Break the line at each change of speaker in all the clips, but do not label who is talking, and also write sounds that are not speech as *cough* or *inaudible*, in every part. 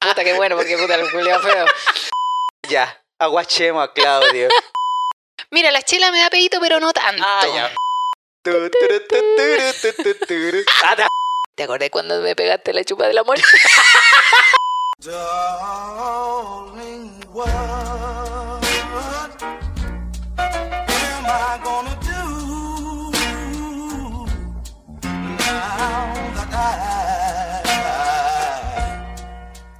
puta, qué bueno, porque puta, el culiao feo.
Ya, aguachemos a
*laughs*
Claudio.
Mira, la chela me da pedito, pero no tanto.
Ah, ya. Tu, turu, tu, turu, tu, tu, turu. Ah, ta-
¿Te acordás cuando me pegaste la chupa de la muerte?
Darling, what am I gonna do now that I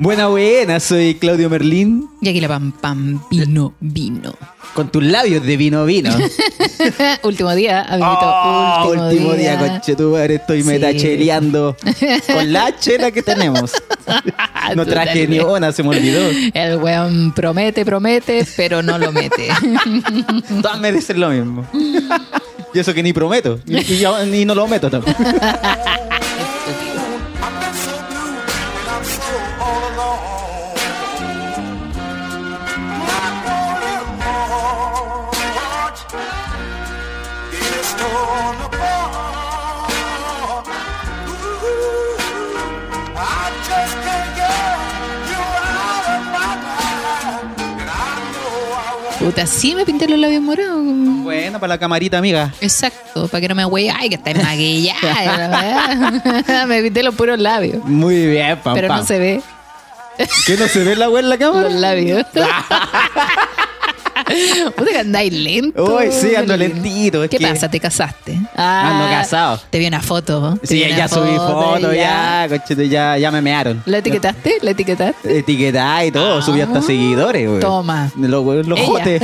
Buena, buena, soy Claudio Merlín
Y aquí la pam pam vino vino. *laughs*
con tus labios de vino vino.
último día, amiguito.
Ah,
último,
último día, conche tu madre, estoy
Sí.
metacheleando con la chela que
*laughs*
tenemos. No traje ni una, se me olvidó.
El weón promete, promete, pero no lo
*laughs*
mete.
Todas merecen lo mismo. Y eso que ni prometo, y, y yo- ni no lo meto tampoco.
*laughs*
I've been so blue and I'm still all alone. My darling heart is torn apart. Ooh, I just can't get you out of my mind, and I know I won't.
Puta, sí me pinté los labios morados.
Bueno, para la camarita, amiga.
Exacto, para que no me güey, ay, que está maquillada. ¿verdad? *laughs* me pinté los puros labios.
Muy bien, papá.
Pero no se ve
¿Qué no se ve la wea en la
*laughs*
cámara?
los labios. Puta que andáis lento.
Uy, sí, ando
Felipe.
lentito, es
¿Qué
que-
pasa? ¿Te casaste? Ah,
Ando casado.
Te vi una foto. te
Sí,
vi una
ya subí foto, ya, conchete, ya, ya me mearon.
¿La etiquetaste? ¿La etiquetaste?
Etiquetada y todo, subí hasta
Ah,
seguidores, güey.
toma.
Los, güey, los
Ella. *laughs*
jotes.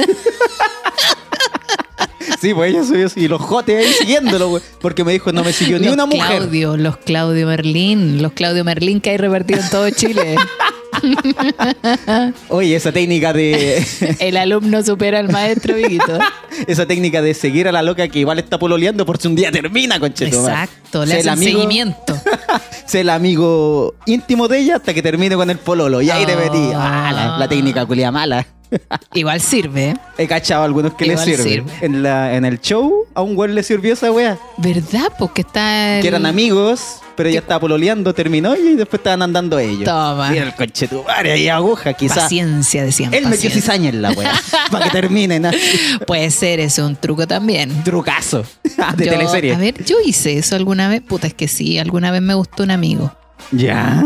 sí, pues ella subió y los jotes ahí siguiéndolo, güey. Porque me dijo, no me siguió ni
los
una mujer.
Claudio, los Claudio Merlín, los Claudio Merlín que hay repartido en todo
*laughs*
Chile.
Oye, esa técnica de. *laughs*
El alumno supera al maestro, Viguito.
esa técnica de seguir a la loca que igual está pololeando por si un día termina, conchete.
Exacto, le hacen seguimiento.
*laughs* Sé el amigo íntimo de ella hasta que termine con el pololo. Y ahí te metí. Ah, la, la técnica culia mala.
Igual sirve, ¿eh?
He cachado a algunos que le
Igual
sirven.
sirve.
En, la, en el show a un güey le sirvió esa wea.
¿verdad? Porque está. el-
Que eran amigos, pero ella estaba pololeando, terminó y después estaban andando ellos.
Toma.
Mira el conchetumare ahí aguja, quizás.
Paciencia, decían.
Él metió
paciencia.
cizaña en la wea.
*laughs*
para que terminen. así.
Puede ser, es un truco también. *laughs*
Trucazo. *laughs* de
Yo-
teleserie.
A ver, yo hice eso alguna vez. Puta, es que sí, alguna vez me gustó un amigo.
Ya.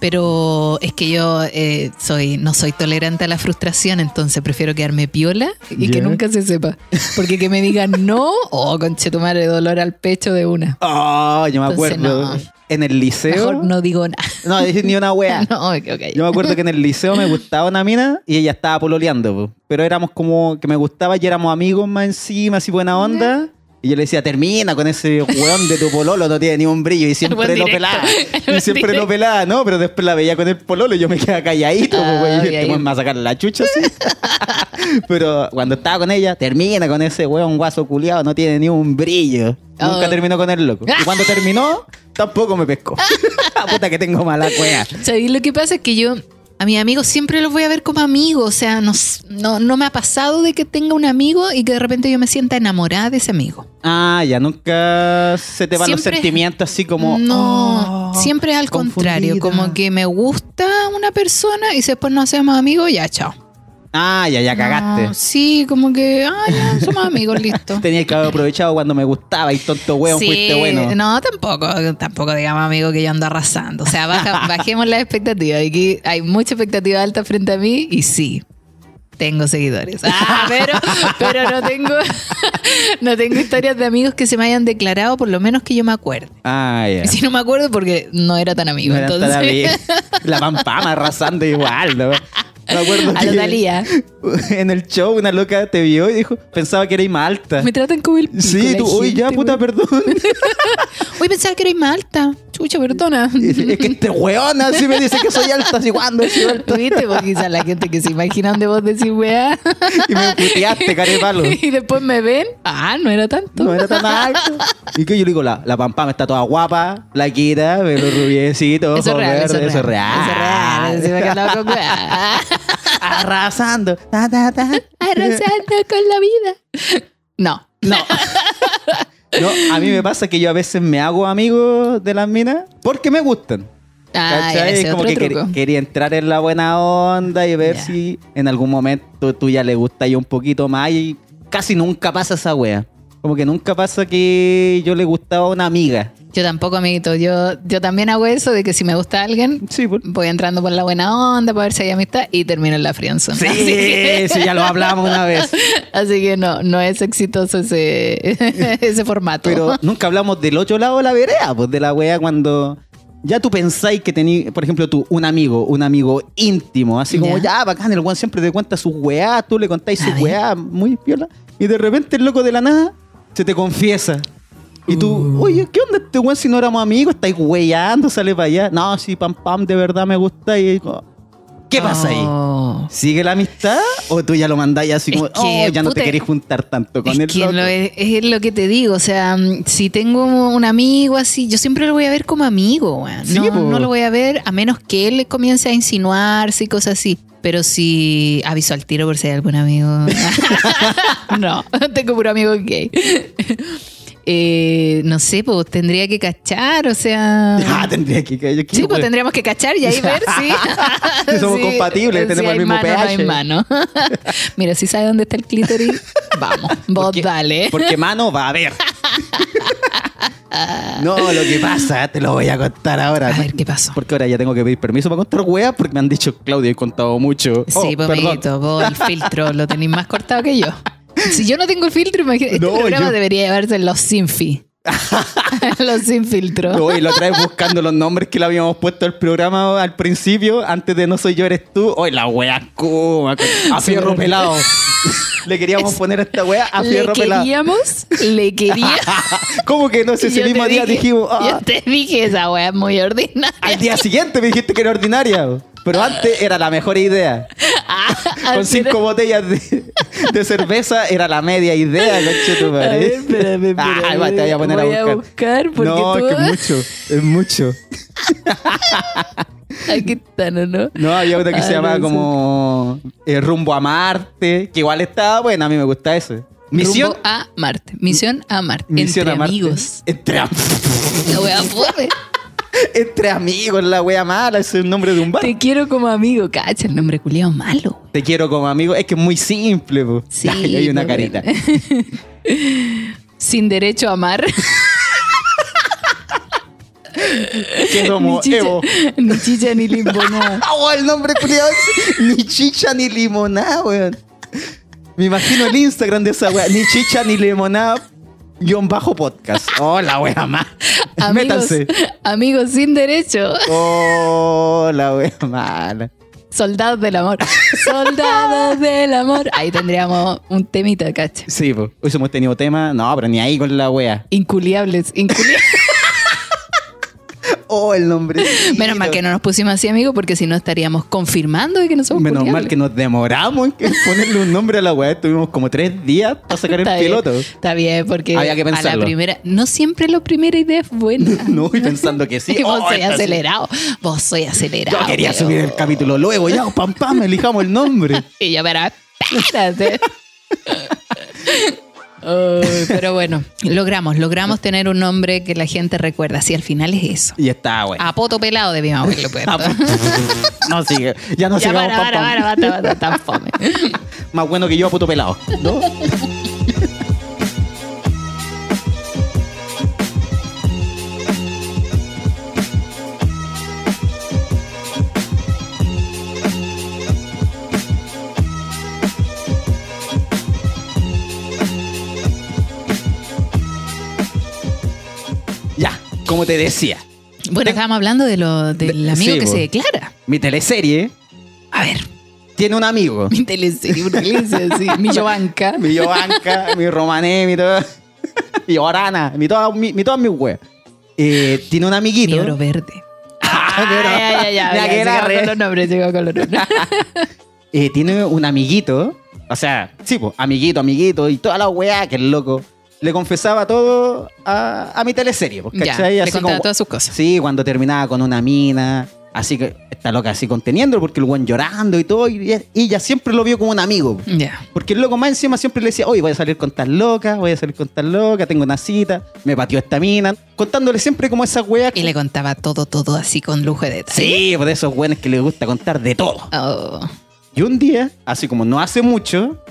Pero es que yo eh, soy no soy tolerante a la frustración, entonces prefiero quedarme piola y
Ya.
que nunca se sepa. Porque que me digan no, oh, conche tu madre, dolor al pecho de una.
Oh, yo me
Entonces,
acuerdo.
no.
En el liceo.
Mejor no digo nada.
No, es ni una wea.
*laughs* No, ok, ok.
Yo me acuerdo que en el liceo me gustaba una mina y ella estaba pololeando, po. pero éramos como que me gustaba y éramos amigos más encima, así buena onda. Y yo le decía, termina con ese weón de tu pololo, no tiene ni un
*laughs*
brillo. Y siempre
buen
lo
directo.
pelaba.
El
Y
buen
siempre lo
directo.
pelaba, ¿no? Pero después la veía con el pololo y yo me quedaba calladito, po,
Ah,
weón. Y
y
este
ahí-
weón me va a sacar la chucha, así. *laughs* pero cuando estaba con ella, termina con ese weón guaso culiado, no tiene ni un brillo. Nunca
Oh.
terminó con el loco. Y cuando terminó, tampoco me pescó.
*laughs*
*laughs* Ah, Puta que tengo mala cueva.
¿Sabéis lo que pasa? Es que yo a mis amigos siempre los voy a ver como amigos. O sea, no, s- no, no me ha pasado de que tenga un amigo y que de repente yo me sienta enamorada de ese amigo.
Ah, ya nunca se te van los
Siempre-
sentimientos así como.
no,
"Oh,
siempre es al contrario.
confundida".
Como que me gusta una persona y si después nos hacemos amigos, ya, chao.
Ah, ya, ya
No,
cagaste.
sí, como que, ah,
*laughs*
ya somos amigos, listo.
Tenías que haber aprovechado cuando me gustaba y tonto hueón
Sí,
fuiste bueno.
No, tampoco, tampoco digamos amigo que yo ando arrasando. O sea, baja-
*laughs*
bajemos las expectativas. Aquí hay mucha expectativa alta frente a mí y sí. Tengo seguidores.
*laughs*
Ah, pero, pero no tengo *laughs* no tengo historias de amigos que se me hayan declarado, por lo menos que yo me acuerde.
Ah, ya.
Y Si no me acuerdo, porque no era tan amigo.
No eran tan
entonces,
amigos. La pampama arrasando igual, ¿no? Me acuerdo
*laughs* a la
que
Talía.
*laughs* en el show una loca te vio y dijo, pensaba que erais más alta.
Me tratan como el pico
Sí,
la
tú, uy, ya,
gente,
puta,
güey.
perdón. *laughs*
Uy, pensaba que erais más alta. Chucha, perdona.
Y dice, es que este hueón así me dice que soy alta, así cuando he sido alta.
¿Viste? Porque quizás la gente que se imaginan de vos decís, weá.
Y me puteaste, carepalo.
*laughs* Y después me ven. Ah, no era tanto.
No era
*laughs*
tan alto. Y que yo le digo, la, la pampama está toda guapa, plaquita, pelo rubiecito,
Eso es
ojos
real,
verdes,
eso es real. Eso es real. Encima que andaba con
*laughs*
weá.
Arrasando. Ta, ta, ta.
Arrasando con la vida. No.
No. No, a mí me pasa que yo a veces me hago amigo de las minas porque me gustan.
Ah, ya,
¿Cachai?
ese
Es
es
como
otro
que quer-
truco.
quería entrar en la buena onda y ver
Ya.
si en algún momento tú ya le gustas un poquito más y casi nunca pasa esa wea. Como que nunca pasa que yo le gustaba a una amiga.
Yo tampoco, amiguito. Yo, yo también hago eso de que si me gusta alguien,
Sí, por...
voy entrando por la buena onda para ver si hay amistad y termino en la friendzone.
*laughs* sí,
Así que-
sí, ya lo hablamos una vez.
*laughs* Así que no, no es exitoso ese, *laughs* ese formato. *laughs*
Pero nunca hablamos del otro lado de la vereda, pues de la wea cuando ya tú pensáis que tenéis, por ejemplo, tú, un amigo, un amigo íntimo, así como
Ya.
ya, bacán, el weón siempre te cuenta sus weá, tú le contáis
A
sus
ver.
weá, muy piola, y de repente el loco de la nada se te confiesa. Y tú,
Uh.
oye, ¿qué onda este weón si no éramos amigos? Estáis weyando, sale para allá. No, sí, pam, pam, de verdad me gusta. Y como, ¿Qué pasa ahí?
Oh.
¿Sigue la amistad? ¿O tú ya lo mandáis así como,
Es que,
oh, ya no te
puta,
querés juntar tanto con
Es
el
que
loco?
lo es, es lo que te digo, o sea, mm, si tengo un amigo así, yo siempre lo voy a ver como amigo, weón.
Sí,
no,
po.
no lo voy a ver a menos que él comience a insinuarse y cosas así. Pero si aviso al tiro por si hay algún amigo. *laughs* no, *laughs* tengo puro amigo gay. *laughs* Eh, no sé, pues tendría que cachar, o sea.
*laughs* Ah, tendría que caer aquí,
Sí, pues
pues.
tendríamos que cachar y ahí ver
*laughs*
si.
Si somos compatibles, tenemos
hay
el mismo
mano, no
pH.
hay mano. *laughs* Mira, si sabe dónde está el clítoris,
*laughs*
vamos, vos
Porque-
dale.
Porque mano va
*laughs*
a ver. No, lo que pasa, te lo voy a contar ahora.
A ver, ¿qué pasó?
Porque ahora ya tengo que pedir permiso para contar weas porque me han dicho, Claudia, he contado mucho.
sí,
Oh,
pues,
perdón.
amiguito, vos el filtro lo tenéis más cortado que yo. Si yo no tengo el filtro, imagínate, este
No,
programa
yo-
debería llevarse los sin
*laughs*
fi. los sin filtro.
No, y lo traes buscando los nombres que le habíamos puesto al programa al principio, antes de No Soy Yo Eres Tú. Hoy la wea
*laughs*
coma, a fierro pelado. Le queríamos poner a esta wea a
le
fierro pelado.
queríamos, le queríamos.
¿Cómo que *laughs*
*laughs*
no? Si ese
Yo
mismo
te
día
dije- este
dijimos, "Ah,
Yo te dije, esa wea es muy ordinaria.
Al día siguiente me dijiste que era ordinaria. Pero antes era la mejor idea.
*laughs*
Con cinco botellas de, de cerveza era la media idea, coche tu Ah,
A ver, espérame, espérame.
te voy a poner
Voy
a
a
buscar.
buscar porque
no,
tú-
es que es mucho, es mucho.
Aquí están, ¿o no?
No, había otra que se
Ah,
llamaba
no,
como eh, Rumbo a Marte, que igual estaba buena, a mí me gusta eso. Misión,
Rumbo a Marte. Misión a Marte.
misión
Entre
a Marte.
amigos.
Entre, am- *laughs*
La wea fome.
entre amigos, la wea mala, ese es el nombre de un bar.
Te
Te,
quiero como amigo. Cacha, el nombre culiao malo.
quiero como amigo, es que es muy simple. po. *laughs*
Sí,
Ay, hay una
no,
carita.
*laughs* Sin derecho a amar.
Que
*laughs*
somos
ni, chicha,
Evo.
ni chicha ni limbo, nada.
Oh, el nombre culiado *laughs* ni chicha ni limonada, weón. Me imagino el Instagram de esa weá. Ni chicha ni limonada. Guión bajo
*laughs*
podcast. Oh, la wea más.
Amigos,
*laughs* Métanse.
amigos sin derecho.
Oh, la wea mala.
Soldados del
*laughs*
amor. Soldados del amor. Ahí tendríamos un temita, cacha.
Sí, pues. Hoy hemos tenido tema. No, pero ni ahí con la wea.
Inculiables. Inculiables.
*laughs* Oh, el nombre.
Menos mal que no nos pusimos así, amigo, porque si no estaríamos confirmando de que no somos
Menos
culiables.
mal que nos demoramos en que- ponerle un nombre a la weá. Tuvimos como tres días para sacar
Está
el
bien,
piloto.
Está bien, porque
Había que
a la
pensarlo.
primera, no siempre la primera idea es buena.
No, y pensando
*laughs*
que *laughs* sí.
Y vos
Oh,
soy
esta sí.
acelerado. Vos soy acelerado.
Yo quería
pero-
subir el capítulo luego, ya, pam, pam, elijamos el nombre.
Y yo, pero
*laughs*
espérate. Ay, pero bueno, logramos, logramos tener un nombre que la gente recuerda. Si al final es eso.
Y está, güey.
A poto pelado debíamos
*laughs*
haberlo puesto.
No sigue, ya no
ya,
sigamos,
para,
pam,
para,
pam.
para, basta, basta, tan fome.
Más bueno que yo a puto pelado. ¿no? ya, como te decía,
Bueno, estábamos hablando de lo, del
De-
amigo
sí,
que
vos.
se declara.
mi teleserie
A ver, *laughs*
tiene un amigo.
mi teleserie, una iglesia, sí.
*laughs*
Mi Giovanca.
mi Yovanka, mi Romané, mi todo. *laughs* Mi Orana, mi todas mi, mi, todas mis weas. Eh, tiene un amiguito.
Mi oro verde.
*laughs* Ah, pero-
ya, ya,
*laughs*
ya,
la
ya,
que la
sigamos
re-
con los nombres, sigamos
*laughs*
con los nombres.
eh, tiene un amiguito. O sea, sí, pues, amiguito, amiguito, y toda la wea que el loco. Le confesaba todo a, a mi teleserie, pues,
Ya,
¿cachai?
le
Así
contaba
como-
todas sus cosas.
Sí, cuando terminaba con una mina, Así que está loca así conteniéndolo porque el weón llorando y todo. Y ella, y ella siempre lo vio como un amigo.
Ya.
Porque el loco más encima siempre le decía, oye, voy a salir con tal loca, voy a salir con tal loca, tengo una cita, me pateó esta mina. Contándole siempre como esas weas.
Y le contaba todo, todo así con lujo de detalle.
Sí, por esos weones que les gusta contar de todo.
Oh.
Y un día, así como no hace mucho,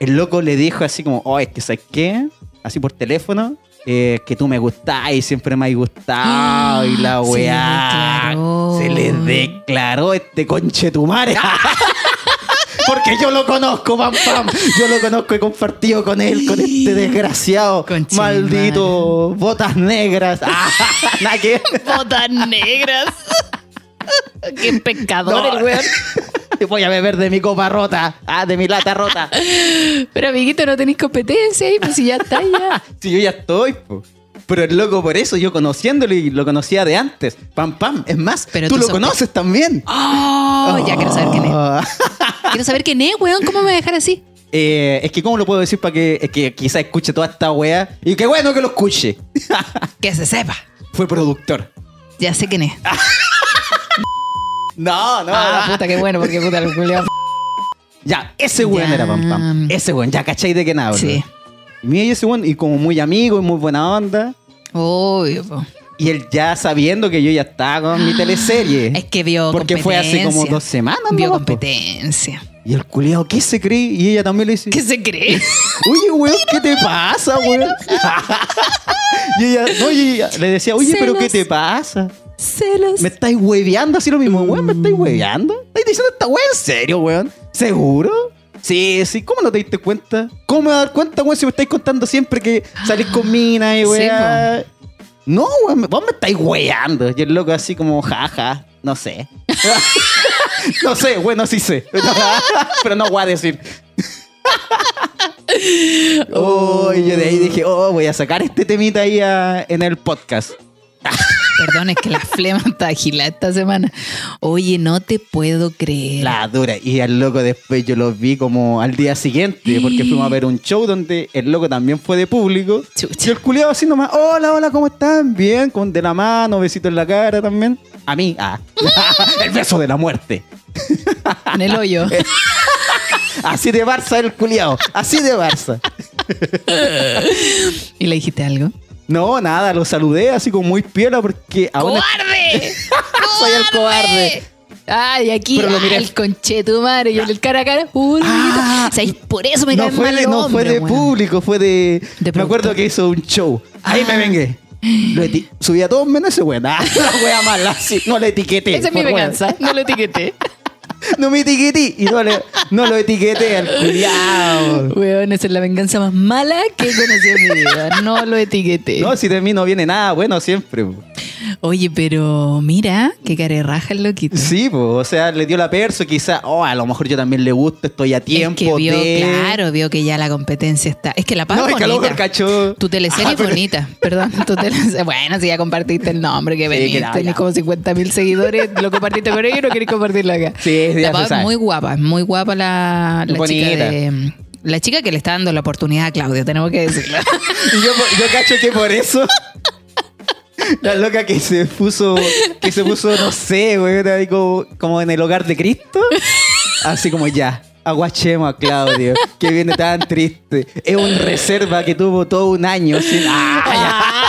el loco le dijo así como, oye, es que ¿sabes qué? Así por teléfono, eh, que tú me gustás y siempre me has gustado y la
*gasps* Se le
weá.
declaró.
Se le declaró este conche tu madre. *laughs* Porque yo lo conozco, pam, pam. Yo lo conozco, he compartido con él,
*laughs*
con este desgraciado.
Conche tu
maldito, botas negras. *laughs* Ah, nada que ver.
Botas negras. *laughs* Qué pecador
No.
el weón.
Te *laughs* voy a beber de mi copa rota. Ah, de mi lata rota.
Pero amiguito, no tenéis competencia ahí, pues si ya está
*laughs*
ya.
Si yo ya estoy, po. Pero el loco por eso, yo conociéndolo y lo conocía de antes. Pam, pam. Es más,
Pero
tú,
tú
lo
sospe-
conoces también.
Oh, ya quiero saber quién es.
Ah.
Quiero saber quién es, weón. ¿Cómo me va a dejar así?
Eh, es que, ¿cómo lo puedo decir para que, es que quizá escuche toda esta wea? Y qué bueno que lo escuche.
Que se sepa.
Fue productor.
Ya sé quién es.
Ah, No, no.
Ah,
no.
puta, qué bueno, porque puta, el
*laughs*
culiao.
Ya, ese weón
Ya.
era Pam Pam. Ese weón, ya cachai de qué nada,
Sí.
Y mira, y ese weón, y como muy amigo y muy buena onda.
Obvio, po.
Y él ya sabiendo que yo ya estaba con mi teleserie.
Es que vio
Porque fue hace como
competencia.
dos semanas,
Vio
nomás, po.
competencia.
Y el culiao, ¿qué se cree? Y ella también le dice,
¿Qué se cree? *laughs*
oye, weón, ¿qué te pasa, weón? *laughs* y ella, no, y ella le decía, oye, pero ¿qué
Celos.
te pasa?
Celos.
¿Me estáis hueveando así lo mismo? Weón, ¿me estáis hueveando? ¿Estáis diciendo esta weón en serio, weón? ¿Seguro? Sí, sí, ¿cómo no te diste cuenta? ¿Cómo me voy a dar cuenta, weón, si me estáis contando siempre que salís con mina y
Sí,
weón? No, weón, vos me estáis hueveando. Y el loco así como, jaja, no sé. *laughs* no sé, bueno, sí sé. *laughs* Pero no voy a decir. Oh, y yo de ahí dije, oh, voy a sacar este temita ahí a- en el podcast.
Perdón, es que la flema *laughs* está agilada esta semana. Oye, no te puedo creer.
La dura. Y al loco después yo los vi como al día siguiente, porque fuimos a ver un show donde el loco también fue de público.
Chucha.
Y el culiado así nomás, hola, hola, ¿cómo están? Bien, con de la mano, besito en la cara también. A mí, ah. *laughs* el beso de la muerte.
En el hoyo.
Así de Barça el culiado, así de Barça.
¿Y le dijiste algo?
No, nada, lo saludé así como muy piola porque *laughs* aún
¡Cobarde!
*laughs* soy el cobarde.
Ay, aquí
Pero lo miré.
el conche tu madre. Y el cara a cara. ¡Uh,
Ah.
amiguito! ¿Sabéis? Por eso me
no
caen
fue
mal
de,
los
no fue
hombres,
de
weón.
público, fue de.
De
me acuerdo
productor.
que hizo un show. Ahí me vengué. Lo eti- subí a todos menos ese weón. *laughs* Ah, la wea mala. sí, no le etiqueté.
Esa es mi
por weón.
venganza. No lo
*laughs*
etiqueté.
No me etiqueté. Y no, le, no lo etiqueté al culiao.
Weón, esa es la venganza más mala que he conocido en mi vida. No lo etiqueté.
No, si de mí no viene nada bueno siempre. po.
Oye, pero mira, qué carerraja el loquito.
Sí, po, o sea, le dio la perso. Quizá, oh, a lo mejor yo también le gusto, estoy a tiempo.
es que vio,
de-
claro, vio que ya la competencia está. Es que la paz
No,
es
es que a lo
bonita.
mejor cachó.
Tu teleserie
Ah,
es
pero-
bonita, perdón. Tu teleserie. Bueno, si ya compartiste el nombre que
Sí,
venís,
que la-
tenés
ya.
como 50 mil seguidores, lo compartiste con ellos y no querés compartirlo acá.
Sí, sí,
la
ya se
Pau es
sabe.
muy guapa, es muy guapa la, la chica
Bonita.
de- La chica que le está dando la oportunidad a Claudio, tenemos que
*laughs*
decirlo.
Y yo, yo cacho que por eso. *laughs* La loca que se puso, que se puso, no sé, güey, ahí como, como en el hogar de Cristo. Así como ya, aguachemos a Claudio, que viene tan triste. Es un reserva que tuvo todo un año sin. ¡Ah,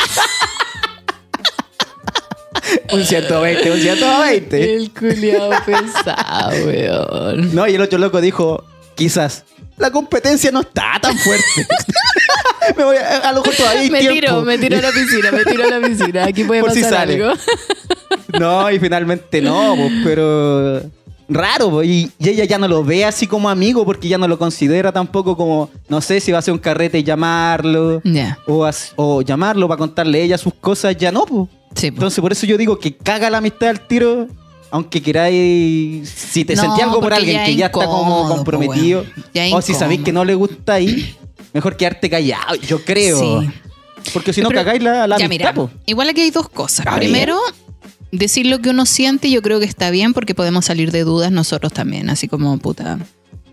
ya! Un 120, un 120.
el culiao pesado, weón.
No, y el otro loco dijo, quizás, la competencia no está tan fuerte. *laughs* me voy a, a lo mejor todavía hay
Me
tiempo.
tiro, me tiro a la piscina, me tiro a la piscina. Aquí puede
Por si
pasar
sale.
algo.
No, y finalmente no, po, pero raro, po, y, y ella ya no lo ve así como amigo porque ya no lo considera tampoco como, no sé si va a hacer un carrete y llamarlo,
Ya.
o, as- o llamarlo para contarle ella sus cosas, ya no, po.
Sí, pues. po.
Entonces por eso yo digo que caga la amistad al tiro, aunque queráis, si te
No,
sentí algo por
porque
alguien
ya
que ya está
incómodo,
como
po,
comprometido,
weón. Ya
o si sabéis
incómodo.
que no le gusta ahí, mejor quedarte callado, yo creo.
Sí.
Porque si no
Pero-
cagáis la, la
ya,
amistad,
mira,
po.
igual aquí hay dos cosas.
A ver.
Primero, decir lo que uno siente, yo creo que está bien porque podemos salir de dudas nosotros también, así como puta.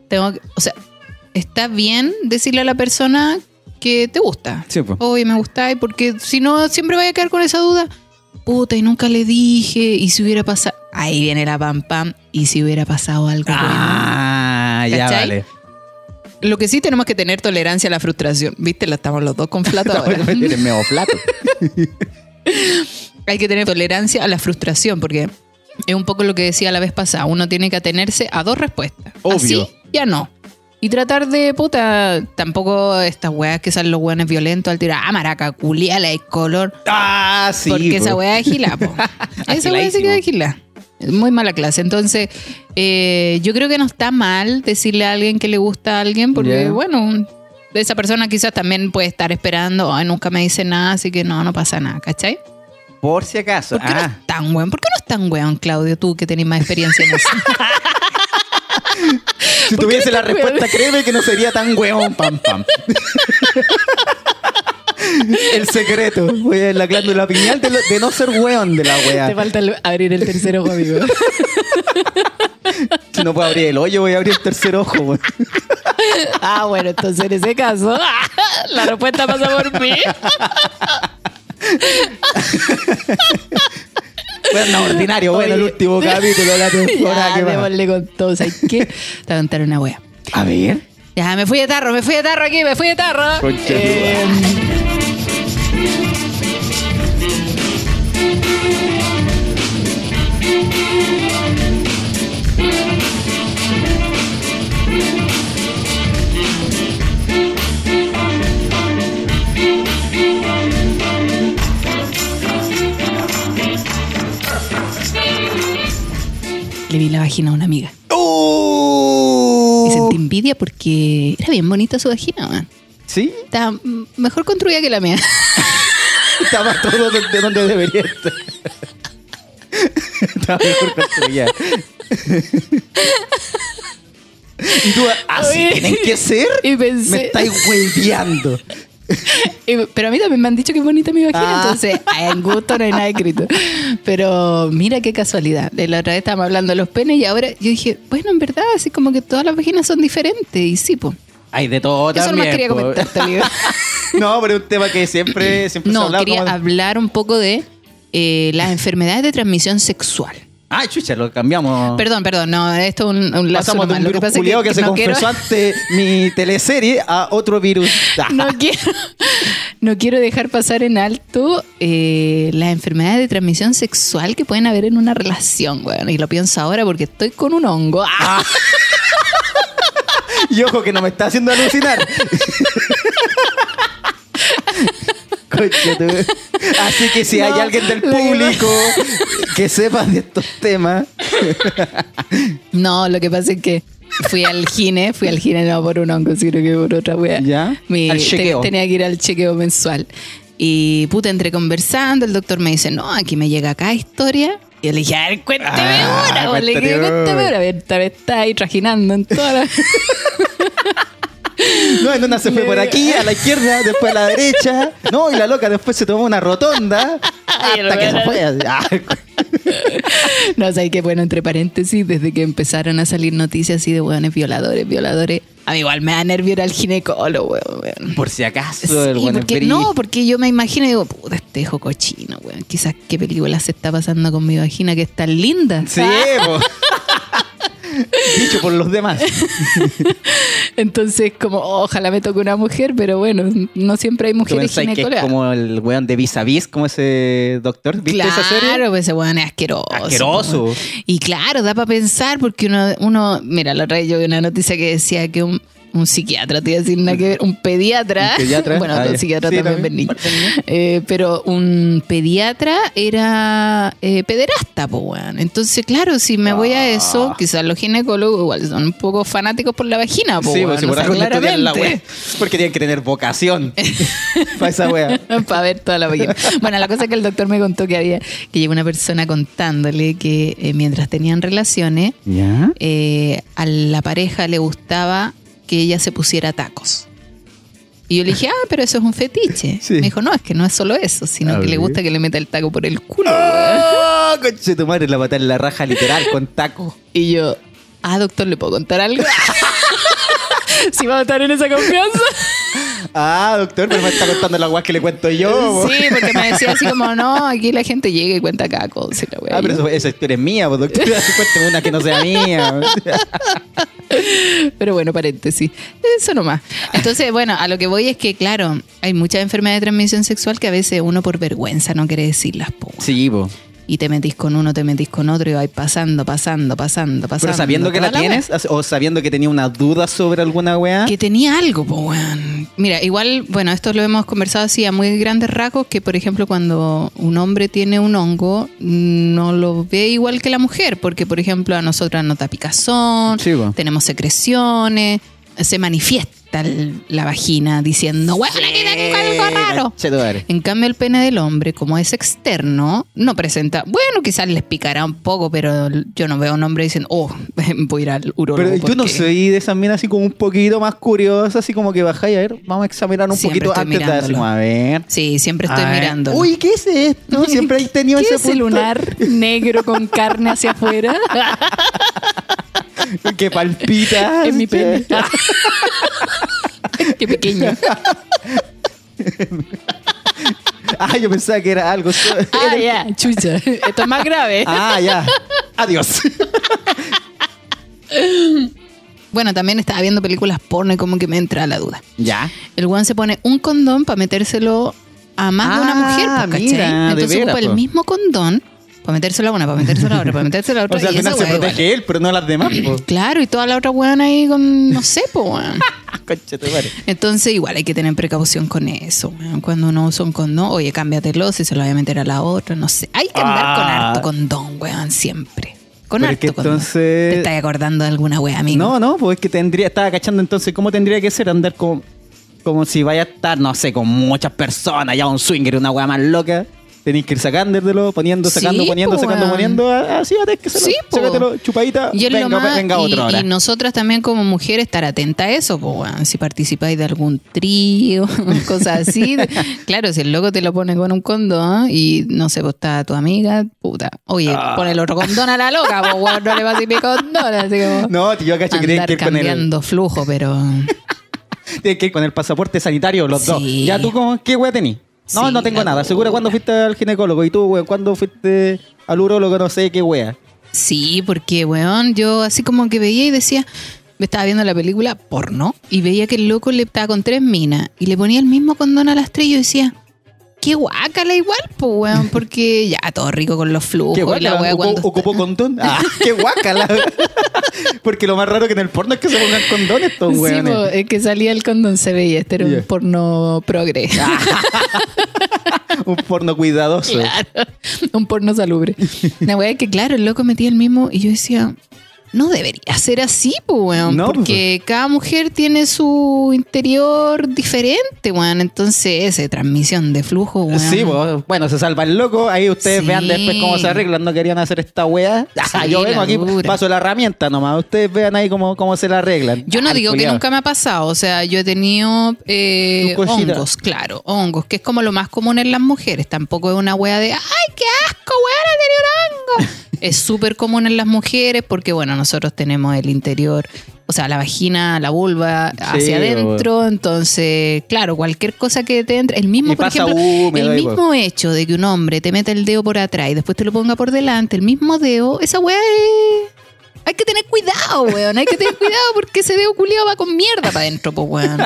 Tengo que- o sea, está bien decirle a la persona que te gusta.
Sí, po.
Oye, me gustáis, porque si no, siempre vaya a quedar con esa duda. Puta, y nunca le dije, y si hubiera pasado. Ahí viene la pam pam. Y si hubiera pasado algo.
Ah, ya
¿Cachai?
vale.
bueno. Lo que sí tenemos que tener tolerancia a la frustración. Viste, la estamos los dos con
*laughs*
plata ahora.
Tienes medio plato.
Hay que tener tolerancia a la frustración porque es un poco lo que decía la vez pasada. Uno tiene que atenerse a dos respuestas.
Obvio.
Así, ya no. Y tratar de, puta, tampoco estas weas que salen los weones violentos al tirar, ah, maraca, culiala y color.
*laughs* Ah, sí.
Porque esa
po.
weá es gila,
*laughs*
po. esa weá se
Agiladísimo.
queda gila. Muy mala clase. Entonces, eh, yo creo que no está mal decirle a alguien que le gusta a alguien, porque,
Ya.
bueno, esa persona quizás también puede estar esperando, ay, nunca me dice nada, así que no, no pasa nada, ¿cachai?
Por si acaso.
¿Por qué no
Ah,
es tan weón? ¿Por qué no es tan weón, Claudio, tú que tenés más experiencia en eso?
*laughs* si tuviese la respuesta, créeme que no sería tan huevón. Pam,
*laughs*
pam. El secreto. Voy a la glándula pineal de, lo- de no ser hueón de la wea.
falta abrir el tercer ojo, amigo.
Si no puedo abrir el hoyo, voy a abrir el tercer ojo. weón.
*laughs* ah, bueno, entonces en ese caso, *laughs* la respuesta pasa por *laughs* mí.
Bueno, ordinario. Bueno, el
Oye.
último capítulo de la temporada.
*laughs* Ya,
que va.
démosle con todo. ¿Sabes qué? Te voy a contar una wea.
a ver.
Ya, me fui de tarro, me fui de tarro aquí, me fui de tarro.
Concha tu
Eh, Le vi la vagina a una amiga.
Oh.
Y sentí envidia porque era bien bonita su vagina, man.
¿Sí?
Está mm, mejor construida que la
*laughs*
mía. *laughs*
Estaba todo de, de donde debería estar. Estaba mejor construida. Y tú, así
Oye.
tienen que ser.
Y pensé-
Me estáis hueveando.
Y- Pero a mí también me han dicho que es bonita mi vagina,
Ah.
entonces en gusto no hay nada escrito. Pero mira qué casualidad. De La otra vez estábamos hablando de los penes y ahora yo dije, bueno, en verdad, así como que todas las vaginas son diferentes. Y sí, pues.
Hay de todo
Eso
también.
nomás quería
po.
comentarte, amigo.
*laughs* No, pero es un tema que siempre, siempre se ha
No,
hablado.
quería
como de-
hablar un poco de eh, las enfermedades de transmisión sexual.
Ah, chucha, lo cambiamos.
Perdón, perdón, no, esto es un, un lapso
Ah. Pasamos de
nomás.
un
Lo que
virus
pasa es
culiao que, se
no quiero-
confesó ante mi teleserie a otro virus.
*laughs* no quiero, no quiero dejar pasar en alto eh, las enfermedades de transmisión sexual que pueden haber en una relación, weón. Y lo pienso ahora porque estoy con un hongo. ¡Ah!
Y ojo que no me está haciendo alucinar. Concha tu- Así que si hay
No,
alguien del
lo que
público que sepa de estos temas,
No, lo que pasa es que fui al gine, fui al gine no por un hongo, sino que por otra wea.
Ya,
Mi-
al
te-
chequeo.
tenía que ir al chequeo mensual. Y puta, entre conversando, el doctor me dice, no, aquí me llega acá historia. Y yo le dije, a ver, cuéntame
Ah,
ahora, una, weón. le dije,
cuéntate
cuéntame
una.
una. A ver, tal vez está ahí trajinando en toda
*laughs*
la...
no, en una se fue por aquí, a la izquierda, después a la derecha. No, y la loca después se tomó una rotonda hasta que se fue. Ah,
No sé, que bueno, entre paréntesis, desde que empezaron a salir noticias así de hueones violadores, violadores. A mí igual me da nervio ir al ginecólogo, hueón, hueón.
Por si acaso, el
Sí,
buen
porque,
Esperi-
no, porque yo me imagino y digo, puta, este hijo cochino, weón. Quizás qué película se está pasando con mi vagina que es tan linda.
Sí,
Ah,
po. Dicho por los
*laughs*
demás.
Entonces, como, "Oh, ojalá me toque una mujer, pero bueno, no siempre hay
¿Tú
mujeres
pensás que es
ginecólogas.
como el weón de Vis a Vis, como ese doctor? ¿Viste esa serie?
Claro, pues ese weón es asqueroso.
Asqueroso.
po. Y claro, da para pensar porque uno, uno, mira, la otra vez yo vi una noticia que decía que un, un psiquiatra, te iba a decir nada que ver, un pediatra,
¿Un
*laughs*
pediatra?
bueno,
Ah,
un
ya.
psiquiatra
Sí,
también,
también.
ven niño. Eh, pero un pediatra era eh, pederasta, po, weón. Entonces, claro, si me voy a
Ah.
eso, quizás los ginecólogos igual son un poco fanáticos por la vagina, po,
Sí,
weón,
pues si
Ah, o
por
sea,
algo no estudian la
claramente.
wea. Porque tienen que
*laughs*
tener vocación para esa wea.
para ver toda la película. Bueno, la cosa es que el doctor me contó que había, que llegó una persona contándole que eh, mientras tenían relaciones,
¿Ya?
eh, a la pareja le gustaba que ella se pusiera tacos. Y yo le dije, ah, pero eso es un fetiche.
*laughs* Sí. Ah,
Me dijo, no, es que no es solo eso, sino
A
que le
ver.
gusta que le meta el taco por el culo. weón".
¡Oh! Conche tu madre, la patada en la raja literal con taco.
Y yo,
*laughs*
ah, doctor, ¿le puedo contar algo? Si va a estar en esa confianza.
Ah, doctor, pero me está contando la guas que le cuento yo. po.
Sí, porque me decía así como, no, aquí la gente llega y cuenta cada cosa. y la wea.
Ah, pero eso, esa historia es mía, po, doctor. *laughs* Cuéntame una que no sea mía.
Pero bueno, paréntesis. Eso nomás. Entonces, bueno, a lo que voy es que, claro, hay muchas enfermedades de transmisión sexual que a veces uno por vergüenza no quiere decirlas, po.
Sí, po.
Y te metís con uno, te metís con otro y vas pasando, pasando, pasando, pasando.
Pero sabiendo que
toda
la tienes, o sabiendo que tenía una duda sobre alguna weá.
wea. Que tenía algo, po, weón. Mira, igual, bueno, esto lo hemos conversado así a muy grandes rasgos, que por ejemplo cuando un hombre tiene un hongo, no lo ve igual que la mujer, porque por ejemplo a nosotras nota picazón,
Sí, po.
tenemos secreciones, se manifiesta el- la vagina diciendo, weón, aquí tengo algo raro.
Che, eh, tu madre.
En cambio, el pene del hombre, como es externo, no presenta. Bueno, quizás les picará un poco, pero yo no veo a un hombre diciendo, oh, *laughs* voy a ir al urólogo.
Pero yo no
porque
soy de esas minas así como un poquito más curiosa, así como que bajáis a ver, vamos a examinar un
Siempre
poquito
estoy
antes de así
mirándolo.
como, a ver.
Sí, siempre estoy
a ver.
mirando.
Uy, ¿qué es
*laughs*
esto? Siempre he tenido ese punto. *laughs*
negro con carne hacia afuera *laughs*
que palpita. che.
Qué pequeño.
*laughs* Ah, yo pensaba que era algo. so-
*laughs* Ah, ya, chucha. Esto es más grave. *laughs*
ah, ya. Adiós.
Bueno, también estaba viendo películas porno y como que me entra la duda.
ya.
El weón se pone un condón para metérselo a más de una
Ah,
mujer, po, ¿cachai?
mira, de
Entonces
veras, pues.
ocupa el
po.
mismo condón para metérselo a una, para metérselo a otra, para
*laughs*
metérselo a otra.
O sea, al
y esa
final se
weá igual.
protege él, pero no las demás.
*laughs*
po.
Claro, y toda la otra weón ahí con, no sé, po, weón.
Concha tu madre.
Entonces igual hay que tener precaución con eso, weón. Cuando uno usa un condón, oye, cámbiatelo si se lo voy a meter a la otra, no sé. Hay que andar con
Ah.
harto condón, weón, siempre. Con
Pero es
harto
que
condón.
entonces-
¿Te estás acordando de alguna weá, amigo?
No, no, pues es que tendría, estaba cachando entonces cómo tendría que ser andar como, como si vaya a estar, no sé, con muchas personas, ya un swinger, una weá más loca. Tenéis que ir sacándolo, poniendo, sacando,
Sí,
poniendo,
po,
sacando,
weón.
poniendo. ah, Así va a tener que hacerlo.
Sí, po.
Sácatelo, chupadita,
Y es
venga,
lo más-
venga
y-
otra hora.
Y nosotras también como mujeres estar atenta a eso, po, weón. si participáis de algún trío, *laughs* cosas así.
*laughs*
de- claro, si el loco te lo pone con un condón y no sé, pues está tu amiga, puta. Oye,
Ah.
pon el otro condón a la loca, po, weón, no le pases mi condón. Así como,
No, tío, yo cacho que tienen
andar
que ir con el,
cambiando flujo, pero...
*laughs* tienen que ir con el pasaporte sanitario los
Sí.
dos. Ya tú, con, ¿qué weá tenís? No,
Sí, pues.
no tengo
la
nada. Seguro
dura.
cuando fuiste al ginecólogo y tú, weón, cuando fuiste al urólogo, no sé qué weá.
Sí, porque, weón, yo así como que veía y decía... Me estaba viendo la película porno y veía que el loco le estaba con tres minas y le ponía el mismo condón a las tres y yo decía... Qué guácala igual, pues, weón, porque ya todo rico con los flujos
Qué
y la
guácala,
wea
ocu-
cuando
ocupó condón. Ah, qué guácala. *laughs* Porque lo más raro que en el porno es que se pongan condones
*laughs*
estos
Sí,
hueones.
po, es que salía el condón se veía, este era
Yeah. Ah,
un porno progre,
Un porno cuidadoso.
claro, *laughs* un porno salubre. La wea es que claro, el loco metía el mismo y yo decía, no debería ser así, pues, weón,
No, pues.
porque cada mujer tiene su interior diferente, weón, entonces esa transmisión de flujo, weón.
Sí, po. bueno, se salva el loco. Ahí ustedes
Sí.
vean después cómo se arreglan. No querían hacer esta weá. Ah,
Sí,
Yo
la
vengo aquí,
dura.
paso la herramienta nomás. Ustedes vean ahí cómo, cómo se la arreglan.
Yo no
Al
digo que
culiao.
nunca me ha pasado, o sea, yo he tenido eh,
Tu cosita.
hongos, claro, hongos, que es como lo más común en las mujeres, tampoco es una wea de, ay, qué asco, weón, he tenido un
*laughs*
hongo. es súper común en las mujeres porque, bueno, nosotros tenemos el interior, o sea, la vagina, la vulva hacia
weón.
adentro, entonces, claro, cualquier cosa que te entre, el mismo,
Y
por
pasa
ejemplo,
húmedo
el
ahí, po.
mismo hecho de que un hombre te meta el dedo por atrás y después te lo ponga por delante, el mismo dedo, esa wea es... Hay que tener cuidado, weón. Hay que tener cuidado porque ese dedo culiado va con mierda para adentro, po,
*laughs*
weón.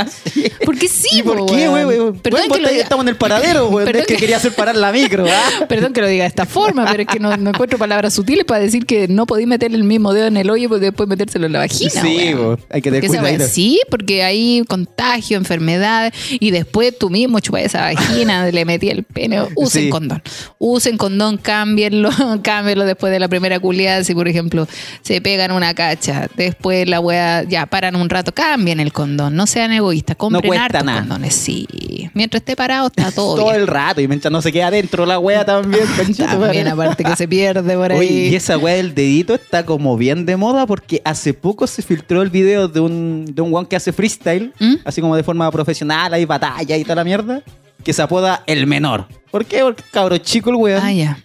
Porque sí,
¿Y por
po,
qué,
weón.
weón?
Perdón, que
Weón, vos
lo
te-
diga,
Estamos en el paradero, weón.
Perdón
Es que
que-
quería hacer parar la micro. ah.
*laughs* perdón que lo diga de esta forma, pero es que no, no encuentro palabras sutiles para decir que no podí meter el mismo dedo en el hoyo y después metérselo en la vagina.
Sí,
weón.
po. Hay que tener
Porque esa
cuidado.
weá- sí, porque hay contagio, enfermedades, y después tú mismo chupas esa vagina, *laughs* le metí el pene. Usen
Sí.
condón. Usen condón, cámbienlo, *laughs* cámbienlo después de la primera culiada. Si, por ejemplo, se pegan una cacha, después la wea, ya paran un rato, cambien el condón. No sean egoístas, compren
cuesta
hartos
nada.
condones. Sí, mientras esté parado está todo,
*laughs* Todo
bien.
el rato. Y mientras no se queda adentro la weá
*laughs*
también. conchito,
También,
madre.
aparte que se pierde por ahí.
*laughs* Oye, y esa weá del dedito está como bien de moda porque hace poco se filtró el video de un, de un weón que hace freestyle,
¿Mm?
así como de forma profesional, hay batalla y toda la mierda, que se apoda El Menor. ¿Por qué? Porque cabro chico el weón.
Ah, ya.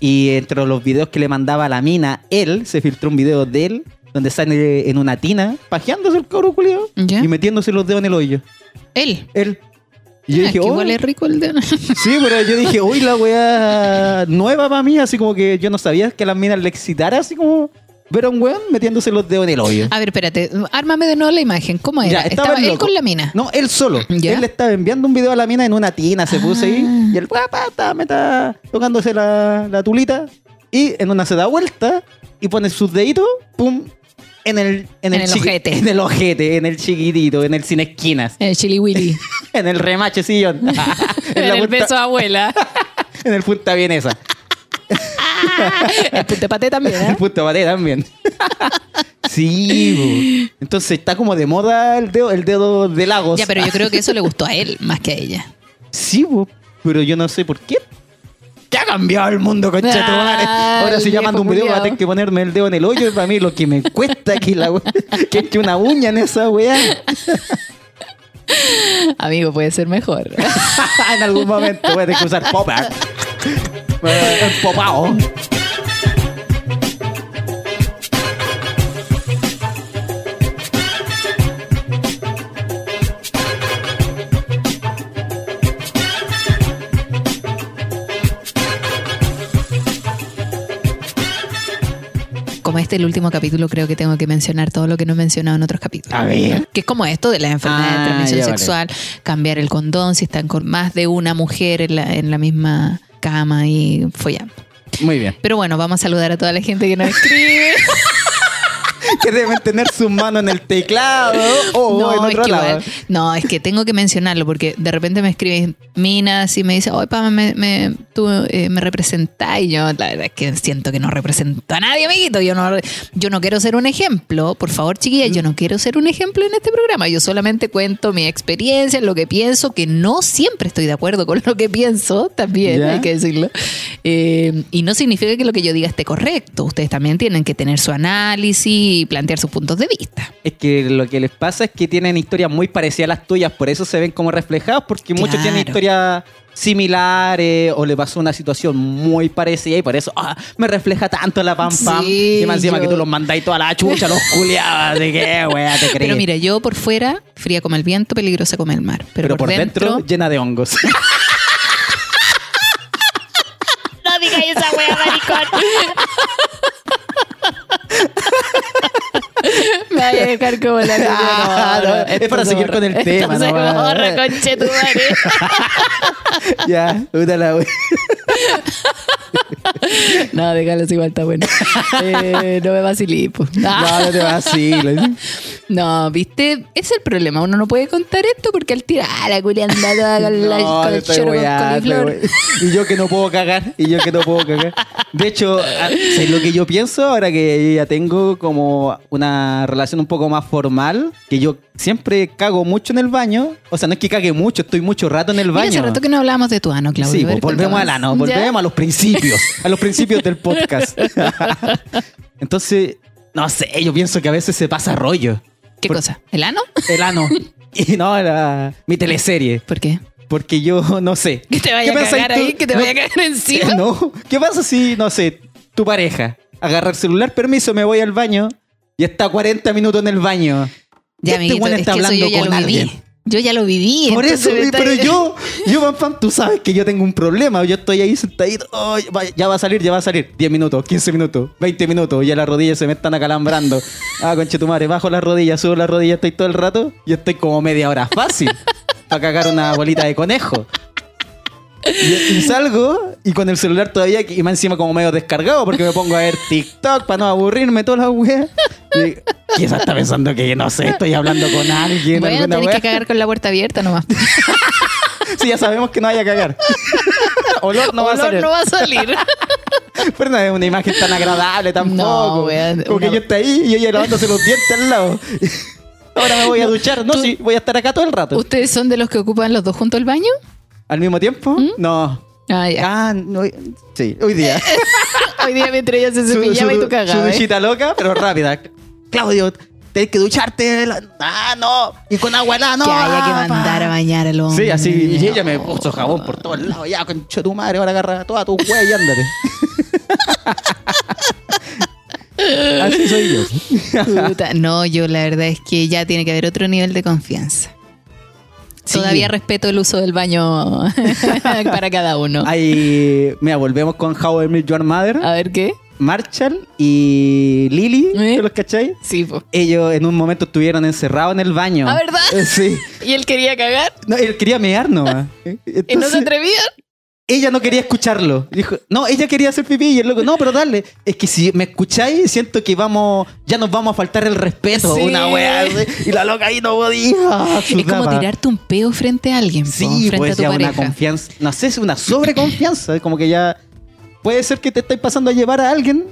Y entre los videos que le mandaba a la mina, él, se filtró un video de él donde sale en una tina, pajeándose el cabro culiado
Ya.
y metiéndose los dedos en el hoyo.
Él.
Él. Y yo
Ah,
dije,
que
"Oh".
igual es rico el dedo.
Sí, pero yo dije, uy, la weá nueva para mí, así como que yo no sabía que a las minas le excitara, así como ver a un weón metiéndose los dedos en el hoyo.
*laughs* A ver, espérate. Ármame de nuevo la imagen. ¿Cómo era?
Ya,
estaba
el
él
loco.
con la mina.
No, él solo.
Ya. Ah.
Él le estaba enviando un video a la mina en una tina, se puso ahí. Y el papá está, me está tocándose la, la tulita. Y en una se da vuelta y pone sus deditos, pum, en el, en
el
chiqui-
ojete.
En el ojete, en el chiquitito, en el sin esquinas,
El chili willy.
en el remache sillón.
*laughs*
en,
en
la
el
punta-
beso a abuela.
en el punta vienesa.
*laughs* el puntepate también,
El
¿eh?
punto paté también. sí, bu. entonces está como de moda el dedo, el dedo de lagos.
Ya, pero yo creo que eso le gustó a él más que a ella.
Sí, bu, pero yo no sé por qué. Ya ha cambiado el mundo, concha de tu madre?
Ah,
Ahora
el
si yo
viejo
mando un video voy a
culiao.
tener que ponerme el dedo en el hoyo. Para mí lo que me cuesta aquí la we- que es que una uña en esa weá.
Amigo, puede ser mejor.
en algún momento voy a tener que usar pop art. Eh, Popao.
*laughs* Como este es el último capítulo, creo que tengo que mencionar todo lo que no he mencionado en otros capítulos.
A ver.
Que es como esto de las enfermedades
Ah,
de transmisión
ya, vale.
sexual, cambiar el condón si están con más de una mujer en la, en la misma cama y follando.
Muy bien.
Pero bueno, vamos a saludar a toda la gente que nos escribe.
Que deben tener sus manos en el teclado o en
no, es
otro
que
lado.
igual- no, es que tengo que mencionarlo porque de repente me escriben minas y me dicen, oye, Pama, me, me- tú eh, me representás. Y yo, la verdad es que siento que no represento a nadie, amiguito. Yo no, yo no quiero ser un ejemplo. Por favor, chiquillas, yo no quiero ser un ejemplo en este programa. Yo solamente cuento mi experiencia, lo que pienso, que no siempre estoy de acuerdo con lo que pienso, también
Ya.
hay que decirlo. Eh, y no significa que lo que yo diga esté correcto. Ustedes también tienen que tener su análisis y plantear sus puntos de vista.
Es que lo que les pasa es que tienen historias muy parecidas a las tuyas, por eso se ven como reflejados, porque muchos
Claro.
tienen historias similares o le pasó una situación muy parecida y por eso ah, me refleja tanto la pam pam.
Sí,
y más encima
yo-
que tú los mandáis toda la chucha, los culiados, así que, weá, te
*laughs*
crees.
Pero mira, yo por fuera, fría como el viento, peligrosa como el mar. Pero,
Pero por, dentro, llena de hongos. *laughs*
No digas esa wea, *laughs* maricón. Me voy a dejar como la
Ah, no, es para seguir con el tema,
Entonces,
no,
borra,
eh.
conche tu madre.
ya, puta la wea.
*laughs* No, déjalos igual, está bueno. Eh, no me vacilí, *laughs* po.
No,
Ah.
no te vas así.
No, viste, es el problema. Uno no puede contar esto porque al tirar la culia anda toda *laughs* con, la,
No,
con
te
el
estoy
choro con
weando, te
coliflor.
we- *laughs* Y yo que no puedo cagar, y yo que no puedo cagar. De hecho, a- ¿sabes lo que yo pienso ahora que ya tengo como una relación un poco más formal, que yo siempre cago mucho en el baño. O sea, no es que cague mucho, estoy mucho rato en el
Mira,
baño.
hace rato que no hablábamos de tu ano, Claudio.
Sí,
A ver,
pues, volvemos
cuéntanos.
al ano,
¿Ya?
volvemos a los principios, a los principios del
*laughs*
podcast. Entonces, no sé, yo pienso que a veces se pasa rollo
¿Qué
Por-
cosa? ¿El ano?
el
*laughs*
ano. Y no, la- mi teleserie,
¿Por qué?
porque yo *laughs* no sé.
Que te vaya
¿Qué
a
pensáis
cagar
tú?
ahí, que te
No-
vaya a cagar encima.
*laughs* No. ¿Qué pasa si, no sé, tu pareja agarra el celular, permiso, me voy al baño y está 40 minutos en el baño?
Ya,
este
amiguito,
weón
es
está
que eso
hablando
yo ya
con
lo
alguien.
viví. Yo ya lo viví.
Por
entonces
eso,
me
eh,
está- *laughs*
pero yo, yo, Pam Pam, tú sabes que yo tengo un problema. Yo estoy ahí sentadito, oh, ya va- ya va a salir, ya va a salir. 10 minutos, 15 minutos, 20 minutos, ya las rodillas se me están
*laughs*
acalambrando. Ah, conche tu madre, bajo las rodillas, subo las rodillas, estoy todo el rato y estoy como media hora
*laughs*
fácil para cagar una bolita de conejo. Y, y salgo y con el celular todavía y más encima como medio descargado porque me pongo a ver TikTok para no aburrirme todas las weas. Y quizás está pensando que no sé, estoy hablando con alguien.
Bueno,
alguna
tenés
wea.
que cagar con la puerta abierta nomás.
Sí, ya sabemos que no vaya a cagar. Olor no va a
*laughs* Olor *laughs*
salir.
no va a salir. *laughs*
Pero no es una imagen tan agradable tampoco.
No, weón,
Como que
una-
yo está ahí y ella lavándose los dientes al lado. *laughs* Ahora me voy a duchar. No,
tú-
sí, voy a estar acá todo el rato.
¿Ustedes son de los que ocupan los dos juntos el baño?
¿Al mismo tiempo? No.
Ah, ¿Mm? ya.
Ah, no, sí, hoy día.
Hoy día mientras ella *laughs* se
Su-
cepillaba y
su-
tú
Su
cagabas. ¿eh?
duchita loca, pero rápida. Claudio, tenés que ducharte. la- Ah, no. Y con agua helada, no.
que haya que
ah, pa.
mandar a bañar al hombre.
Sí, así. Y ella me
No.
puso jabón por todos lados.
*laughs*
Ya, concha tu madre, ahora agarra toda tu hueá y ándate. Así soy yo.
*laughs* Puta, No, yo la verdad es que ya tiene que haber otro nivel de confianza.
Sí.
Todavía respeto el uso del baño *laughs* para cada uno.
Ahí, mira, volvemos con How I Met Your Mother,
A ver qué.
Marshall y Lily,
¿Eh?
¿te los cachai?
Sí, po.
Ellos en un momento estuvieron encerrados en el baño.
¿Ah, verdad?
Eh, Sí.
Y él quería cagar
No, él quería mear nomás.
*laughs* y no
Entonces,
se atrevía.
ella no quería escucharlo. Dijo, no, ella quería hacer pipí y el loco, no, pero dale. Es que si me escucháis, siento que vamos, ya nos vamos a faltar el respeto.
Sí.
Una wea así. Y la loca ahí no podía.
Es como
sudaba.
tirarte un peo frente a alguien, po,
Sí,
frente a
pues
tu
ya una
pareja.
confianza, no sé, es una sobreconfianza, es como que ya puede ser que te estés pasando a llevar a alguien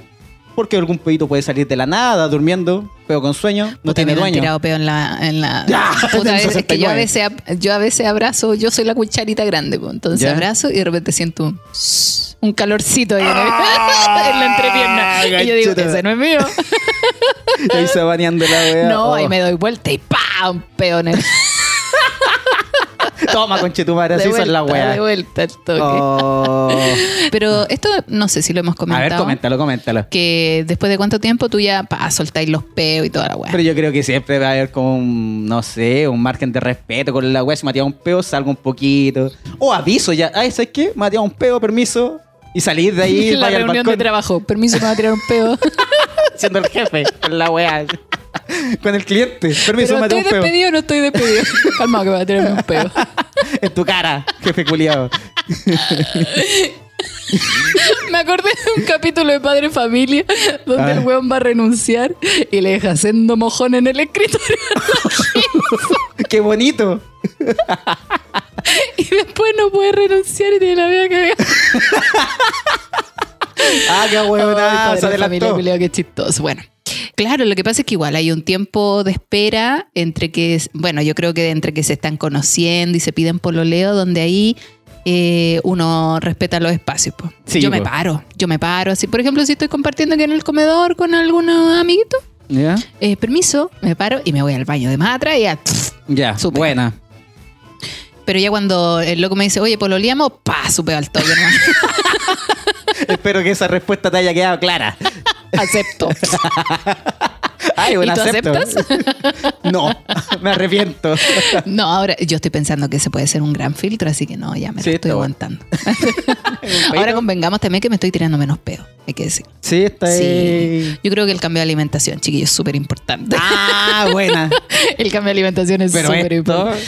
porque algún pedito puede salir de la nada durmiendo, pero con sueño, no
Puta,
tiene
me lo han
dueño.
tirado peo en la. En la
Ya, *laughs*
Puta,
del
es- es que yo a,
69.
veces, ab- yo a veces abrazo, yo soy la cucharita grande, po, entonces
Ya.
abrazo y de repente siento un, un calorcito ahí en, el- en la *laughs*
Ah,
entrepierna. Y yo digo,
ganchuta.
ese no es
*laughs*
mío.
*laughs* Y ahí se va baneando la wea.
No,
Oh.
ahí me doy vuelta y ¡pam! Un peo en el-
Toma, conchetumare,
de
así
vuelta,
son las
De
weas.
vuelta al toque.
Oh.
Pero esto no sé si lo hemos
A
comentado.
ver, coméntalo, coméntalo.
Que después de cuánto tiempo tú ya pa, soltáis los peos y toda la weá.
Pero yo creo que siempre va a haber como, un, no sé, un margen de respeto con la wea. Si me tirado un peo, salgo un poquito. O aviso ya. Ay, ¿sabes qué? Me ha tirado un peo, permiso. Y salir de
*laughs*
ahí,
la
vaya al
reunión de
balcón.
trabajo. Permiso, me va a tirar un
*laughs*
peo.
siendo el jefe con la weá. Con el cliente. Permiso,
Pero estoy
mate un peo.
despedido o no estoy
*laughs*
despedido. Calmado que me va a tirar un peo.
En tu cara, jefe culiado.
Me acordé de un capítulo de Padre Familia donde
Ah.
el weón va a renunciar y le deja haciendo mojón en el escritorio. *laughs*
Qué bonito.
*laughs* Y después no puede renunciar y tiene la vida cagada.
Ah, qué
Ay,
huevona.
padre
Se
de familia,
adelantó.
culiao, qué chistoso. Bueno, claro, lo que pasa es que igual hay un tiempo de espera entre que, es- bueno, yo creo que entre que se están conociendo y se piden pololeo, donde ahí eh, uno respeta los espacios. po.
Sí, pues.
yo
po.
me paro, yo me paro. Así, por ejemplo, si estoy compartiendo aquí en el comedor con algunos amiguitos,
¿Ya?
eh, permiso, me paro y me voy al baño de más atrás y ya. pff.
Ya,
Súper.
buena.
Pero ya cuando el loco me dice, oye, pololeamos, pa, supe al toque, ¿no?
Espero que esa respuesta te haya quedado clara.
acepto.
*laughs* Ay, bueno,
¿Y tú
acepto. *laughs* No, me arrepiento.
No, ahora yo estoy pensando que ese puede ser un gran filtro, así que no, ya me
Sí,
lo
está
estoy
bueno. *laughs*
aguantando. ahora convengamos también que me estoy tirando menos peo, hay que decir.
Sí, está
Sí.
ahí.
Yo creo que el cambio de alimentación, chiquillos, es súper importante.
Ah,
*laughs*
buena.
El cambio de alimentación es
Pero
súper
esto...
importante.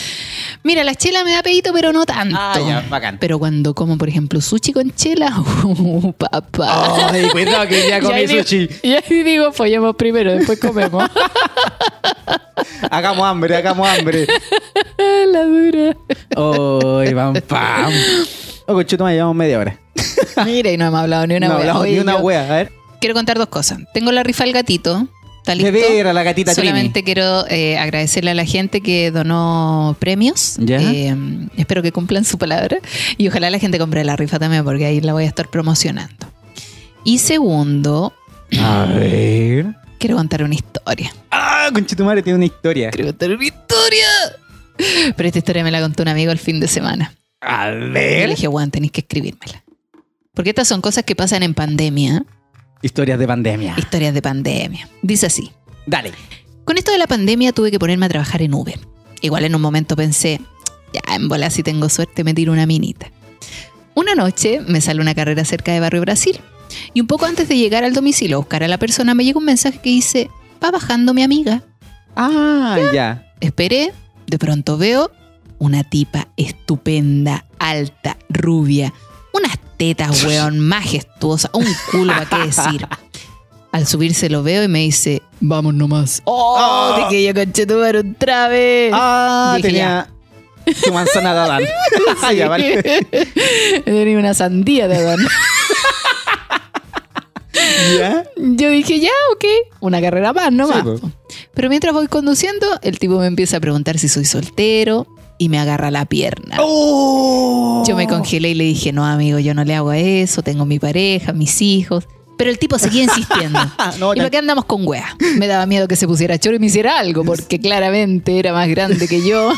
Mira, la chela me da pedito, pero no tanto.
Ah, ya, bacán.
Pero cuando como, por ejemplo, sushi con chela, *laughs* uh, papá.
Ay, cuidado que ya
Y ahí
comí
digo-
sushi.
Y ahí digo, follemos primero, después comemos. *laughs*
Hagamos hambre, hagamos hambre.
Ah, la dura.
Ay, pam, pam. Oh, conchetumare, llevamos media hora.
Mira, y no hemos hablado ni una
no
wea.
hablamos ni
Oye,
una
yo-
wea. A ver.
Quiero contar dos cosas. Tengo la rifa del gatito. ¿Está
De
listo?
vera, la gatita
Solamente quiero eh, agradecerle a la gente que donó premios.
Ya.
Eh, espero que cumplan su palabra. Y ojalá la gente compre la rifa también, porque ahí la voy a estar promocionando. Y segundo,
Trini. A ver.
quiero contar una historia.
Ah, Conchetumare tiene una historia.
Quiero contar una historia. Pero esta historia me la contó un amigo el fin de semana.
A
Y le
ver.
dije, Juan, tenéis que escribírmela. Porque estas son cosas que pasan en pandemia,
Historias de pandemia.
historias de pandemia. Dice así.
Dale.
Con esto de la pandemia tuve que ponerme a trabajar en Uber. Igual en un momento pensé, ya en bola si tengo suerte me tiro una minita. Una noche me sale una carrera cerca de Barrio Brasil y un poco antes de llegar al domicilio a buscar a la persona me llegó un mensaje que dice, va bajando mi amiga.
Ah, ya.
Esperé, de pronto veo una tipa estupenda, alta, rubia, unas
*laughs*
tetas, weón, majestuosa, un culo, ¿para qué decir? Al subirse lo veo y me dice, vamos nomás. ¡Oh!
Ah.
De que yo conchetumar otra vez.
Ah,
Dije,
tenía su manzana
*laughs*
de Adán. Ah, ya, vale.
Tenía una sandía de Adán.
Ya.
Yo dije, ya, ok, una carrera más nomás.
Sí, po.
Pero mientras voy conduciendo, el tipo me empieza a preguntar si soy soltero y me agarra la pierna.
Oh.
Yo me congelé y le dije, no, amigo, yo no le hago a eso, tengo mi pareja, mis hijos. Pero el tipo seguía
*laughs*
insistiendo.
Ah, no,
¿Y para
ya.
qué andamos con wea? Me daba miedo que se pusiera choro y me hiciera algo, porque claramente era más grande que yo.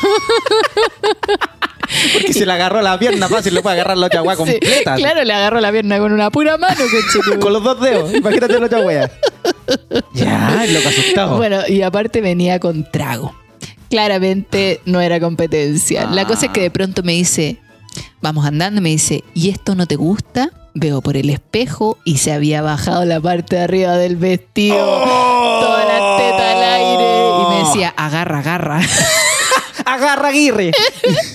Porque se le agarró la pierna fácil, le puede agarrar la otra
*laughs*
weá
Sí,
completa.
claro, le agarró la pierna con una pura mano, conchetumare.
Con los dos dedos. Imagínate la otra
*laughs*
weá. Ya, el loco asustado.
Bueno, y aparte venía con trago. Claramente no era competencia. La cosa es que de pronto me dice, vamos andando, y me dice, ¿y esto no te gusta? Veo por el espejo y se había bajado la parte de arriba del vestido,
Oh,
toda la teta al aire. Y me decía, agarra, agarra. *laughs*
Agarra Aguirre.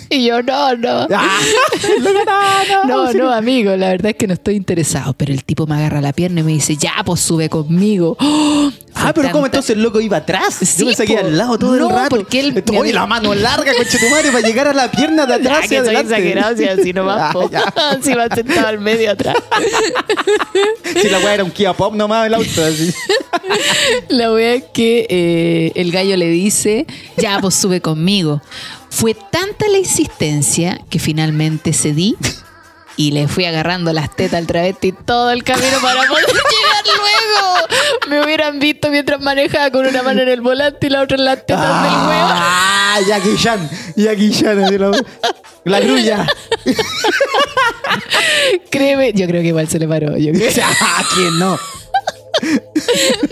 Y yo, no, no.
Ah, *laughs* el loco, no, no.
No, no, amigo, la verdad es que no estoy interesado. Pero el tipo me agarra la pierna y me dice, ya, pues sube conmigo. *gasps* ¡Oh!
Ah, pero
Fue
¿cómo
tanta-
entonces el loco iba atrás?
Sí,
Yo me seguía
po.
al lado todo
No,
el rato.
porque él-
Esto- Oye, la mano larga, conchetumare, para llegar a la
*laughs*
pierna de atrás
Ah, que
y
soy
adelante.
exagerado, si así
Ah,
nomás, po.
ya.
si va sentado al medio atrás.
Si la weá era un Kia Pop nomás el
*laughs*
auto. Así.
La wea es que eh, el gallo le dice, ya, pues sube conmigo. Fue tanta la insistencia que finalmente cedí y le fui agarrando las tetas al travesti todo el camino para poder *laughs* llegar luego. Me hubieran visto mientras manejaba con una mano en el volante y la otra en las tetas del huevo.
Ah, Jackie Chan. Jackie Chan. así la, la grulla.
*laughs* Créeme, yo creo que igual se le paró. yo creo.
*laughs* Ah, ¿Quién no?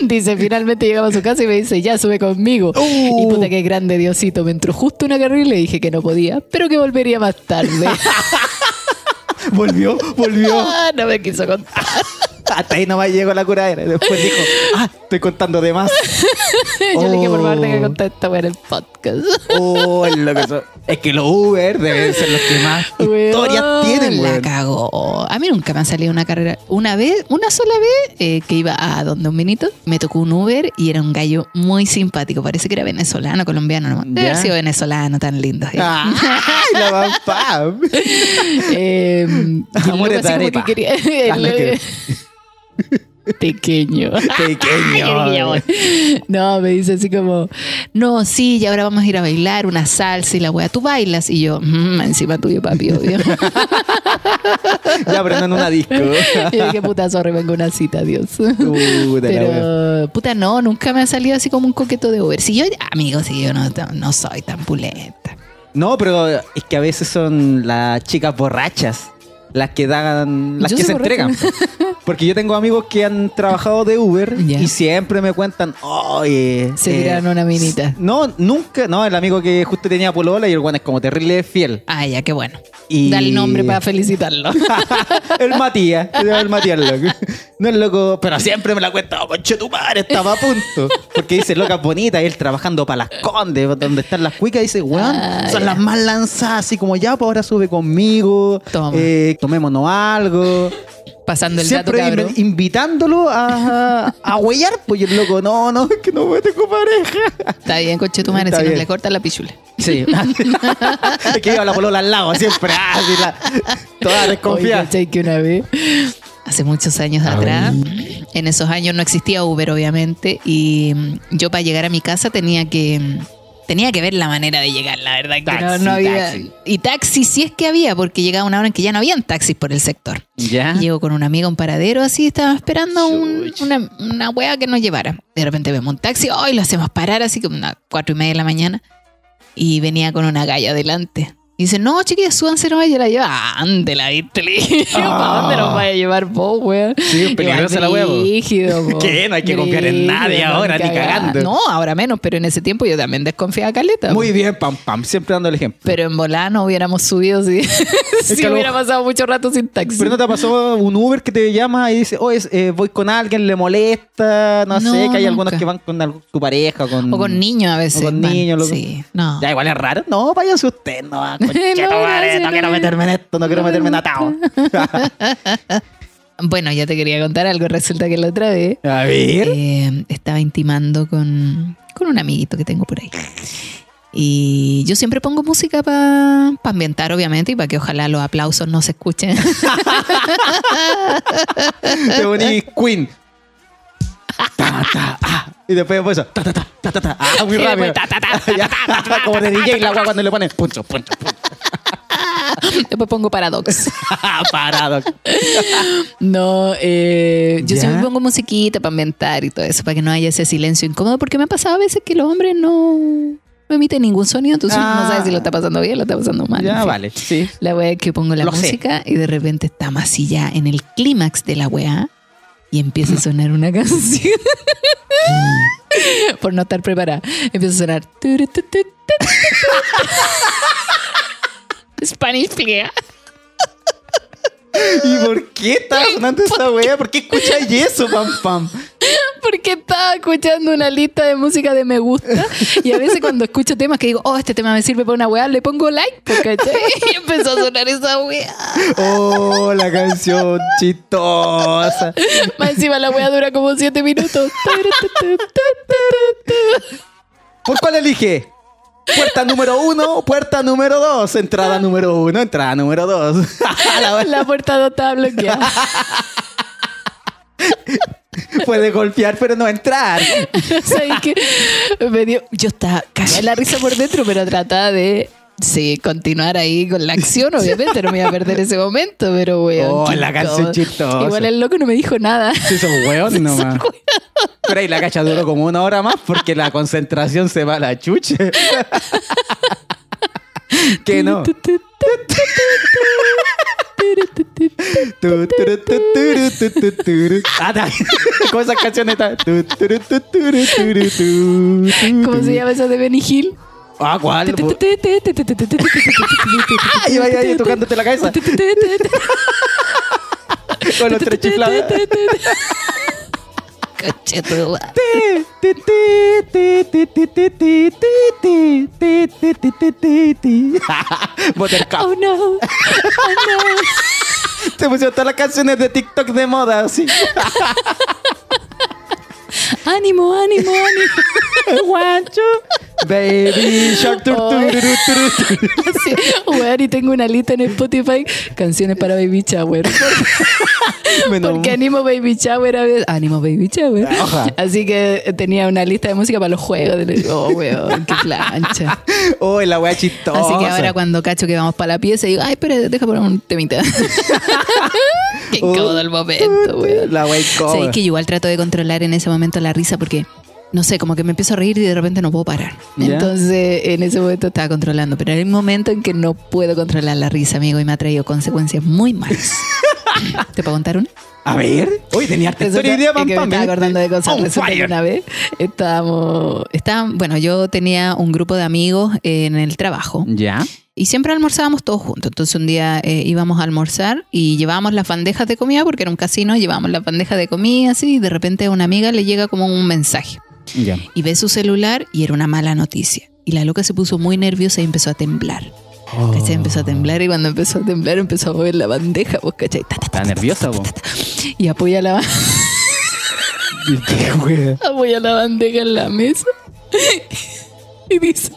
*laughs* Dice, finalmente llegamos a su casa y me dice, ya sube conmigo.
Uh.
Y puta que grande Diosito, me entró justo una carrera y le dije que no podía, pero que volvería más *laughs* tarde.
Volvió, volvió.
Ah, no me quiso contar.
Hasta ahí nomás llegó la curadera. Después dijo, ah, estoy contando de más.
*laughs* Yo le dije, por favor,
Oh.
tenga que contar esta wea en el podcast. *laughs*
Oh, es lo que son. Es que los Uber deben ser los que más
*laughs*
historias
Weón,
tienen,
La
weón.
cagó. A mí nunca me ha salido una carrera. Una vez, una sola vez, eh, que iba a donde un vinito, me tocó un Uber y era un gallo muy simpático. Parece que era venezolano, *laughs* colombiano. No, debe
Ya. Ah.
haber sido venezolano, tan lindo. eh.
*laughs* Ay,
*laughs*
la mampa.
Eh, *laughs* y
Amores
luego
de
así como
arepa.
que quería- *laughs*
Ah, no,
luego- Pequeño. *laughs*
Pequeño.
No, me dice así como, no, sí, y ahora vamos a ir a bailar una salsa y la wea, tú bailas. Y yo, "Mm, encima tuyo, papi,
*laughs*
obvio.
ya, pero no en
*laughs*
una disco.
y yo dije, puta, sorry, vengo a una cita, adiós.
Puta Uh, la weá.
Pero, puta, no, nunca me ha salido así como un coqueto de Uber. Si yo, amigo, si yo no, no soy tan pulenta.
No, pero es que a veces son las chicas borrachas las que dan, las
Yo
que se
soy borracha.
entregan. Porque yo tengo amigos que han trabajado de Uber
Ya.
y siempre me cuentan, oye, eh,
Se tiraron una minita.
No, nunca, no, el amigo que justo tenía polola y el guan es como terrible fiel.
Ah, ya, qué bueno.
Y-
Dale nombre para
*laughs*
felicitarlo.
el Matías, se llama el Matías loco. No es loco, pero siempre me la cuenta, oh, conche tu madre, estaba a punto. Porque dice locas bonitas, y él trabajando para las condes, donde están las cuicas, dice, weón,
Ah,
son
ya.
las más lanzadas, así como ya, pues ahora sube conmigo,
Toma.
eh, tomémonos algo.
Pasando el
siempre
dato,
inv-
cabrón.
invitándolo a, a, a huellar, pues y el loco, no, no, es que no me tengo pareja.
Está bien, coche tu madre,
Está
si no
bien.
le corta la pichula.
Sí, *laughs* es que iba la polola al lado, siempre, ah, así la- toda
Oye,
desconfiada.
¿cachai que una *laughs* vez, hace muchos años atrás, en esos años no existía Uber, obviamente, y mm, yo para llegar a mi casa tenía que mm, tenía que ver la manera de llegar, la verdad. que
Taxi,
no, no había.
taxi.
Y taxi sí es que había, porque llegaba una hora en que ya no habían taxis por el sector.
Ya.
Y Llego con una amiga a un paradero, así estaba esperando un-
Chuch.
una, una wea que nos llevara. De repente vemos un taxi, hoy lo hacemos parar, así como unas cuatro y media de la mañana. Y venía con una galla adelante. Y dice, no, chiquillas, súbanse nomás. Y yo la lleva, "Ah, ande la viste, *laughs* le dije, ¿para
Ah.
dónde nos vaya a llevar vos, weón?
Sí, peligrosa la wea, po.
weón.
¿Qué? No hay que confiar en nadie ahora, ni cagando.
No, pues. ahora menos, pero en ese tiempo yo también desconfiaba caleta. po.
Muy bien, pam, pam. Siempre dando el ejemplo.
Pero en volada no hubiéramos subido si, *laughs* si
que a lo-
hubiera pasado mucho rato sin taxi.
Pero no te pasó un Uber que te llama y dice, oye, eh, voy con alguien, le molesta, no,
No,
sé, que hay algunos
nunca.
que van con algo- su pareja, con...
O con niños a veces.
O con
van.
niños, loco.
Sí, no.
Ya, igual es raro. No, váyanse
*laughs*
usted, no, ah, va,
No, gracias,
conchetumare, no,
no
quiero
me-
meterme en esto, no quiero
no me
meterme en
gusta. *laughs*
atado.
Bueno, ya te quería contar algo. Resulta que la otra vez
A ver.
eh, estaba intimando con, con un amiguito que tengo por ahí. Y yo siempre pongo música para ambientar, obviamente, y para que ojalá los aplausos no se escuchen. *laughs*
Te poní
*laughs*
Queen. Ta, ta, ah. Y después pues eso, ta, ta, ta, ta, ta, ta. Ah, muy
Y después,
rápido.
ta, ta, ta, ta,
*laughs* Ya,
ta, ta, ta,
Como de
ta,
DJ la agua cuando le ponen puncho, puncho, puncho.
Después pongo paradox.
*laughs* Parado.
No, eh, yo
¿Ya?
siempre pongo musiquita para ambientar y todo eso, para que no haya ese silencio incómodo, porque me ha pasado a veces que los hombres no, no emite ningún sonido, entonces uno
Ah.
no sabe si lo está pasando bien o lo está pasando mal. En
Ya,
fin.
vale, sí.
La wea es que pongo la
Lo sé.
música y de repente estamos así ya en el clímax de la wea y empieza a sonar una *laughs* canción.
Mm.
Por no estar preparada. Empieza a sonar. turu, tu, tu, tu, tu, tu. Spanish Plea.
¿Y por qué estaba sonando esa wea? ¿Por qué escucháis eso, pam pam?
Porque estaba escuchando una lista de música de me gusta. Y a veces cuando escucho temas que digo, oh, este tema me sirve para una wea, le pongo like. po, ¿cachai? *laughs* Y empezó a sonar esa wea.
Oh, la canción chistosa.
Más encima la wea dura como siete minutos. Turu, tu, tu, tu, tu, tu.
¿Por cuál elige? Puerta número uno, puerta número dos, entrada número uno, entrada número dos. *laughs* La wea
La puerta no estaba bloqueada. *laughs*
Puede golpear, pero no entrar.
¿Sabes qué? Me dio- yo estaba cagada en la risa por dentro, pero trataba de sí, continuar ahí con la acción, obviamente. No me iba a perder ese momento, pero weón.
Oh,
qué
la canción
incómodo.
chistosa.
Igual el loco no me dijo nada.
Sí, son weón nomás. Pero ahí la cacha duró como una hora más porque la concentración se va a la *laughs* chuche. Que no. Tu, turu, tu, turu, tu, tu, turu. Ah, también. *laughs* Con esas canciones tan- tu, turu, tu, turu, turu, tu, tu,
*laughs* ¿Cómo
tu.
se llama esa de Benny Hill?
Ah, ¿cuál? po? Ay, ay, ay, tocándote la cabeza con los tres chiflados. *laughs* Oh,
Coche tu madre.
*laughs* Buttercup.
Oh no.
Se pusieron todas las canciones de TikTok de moda, así.
Ánimo, ánimo, ánimo.
Guancho. Baby Shark. tur,
Ay.
tururú, tururú, tururú.
*laughs* Sí, weón, y tengo una lista en Spotify, canciones para Baby Shower. *laughs*
Menos-
Porque animo Baby Shower a veces. Animo Baby Shower.
Ah, oja.
Así que tenía una lista de música para los juegos. Y le digo, Oh, weón, qué plancha.
*laughs* Oh, la wea chistosa.
Así que ahora cuando cacho que vamos para la pieza, digo, ay, espera, deja poner un temita. *laughs* qué incómodo el momento, weón.
Uh. La wea
Sabéis
incómoda.
que yo igual trato de controlar en ese momento la risa porque, no sé, como que me empiezo a reír y de repente no puedo parar.
Ya.
Entonces, en ese momento estaba controlando, pero hay un momento en que no puedo controlar la risa, amigo, y me ha traído consecuencias muy malas.
*laughs*
¿Te puedo contar una?
A ver. Uy, tenía harta
Resulta
historia hoy día,
que
pam,
me
pam.
estaba acordando de cosas.
On
Resulta que
fire.
una vez estábamos, estaban, bueno, yo tenía un grupo de amigos en el trabajo
Ya.
y siempre almorzábamos todos juntos. Entonces un día eh, íbamos a almorzar y llevábamos las bandejas de comida, porque era un casino, llevábamos las bandejas de comida, así, y de repente a una amiga le llega como un mensaje.
Ya.
Y ve su celular y era una mala noticia. Y la loca se puso muy nerviosa y empezó a temblar. ¿Cachai? Empezó a temblar y cuando empezó a temblar empezó a mover la bandeja, pues, ¿cachai? Ta, ta, ta,
Está nerviosa, vos.
Y apoya la, *laughs*
¿Qué wea?
apoya la bandeja en la mesa y dice...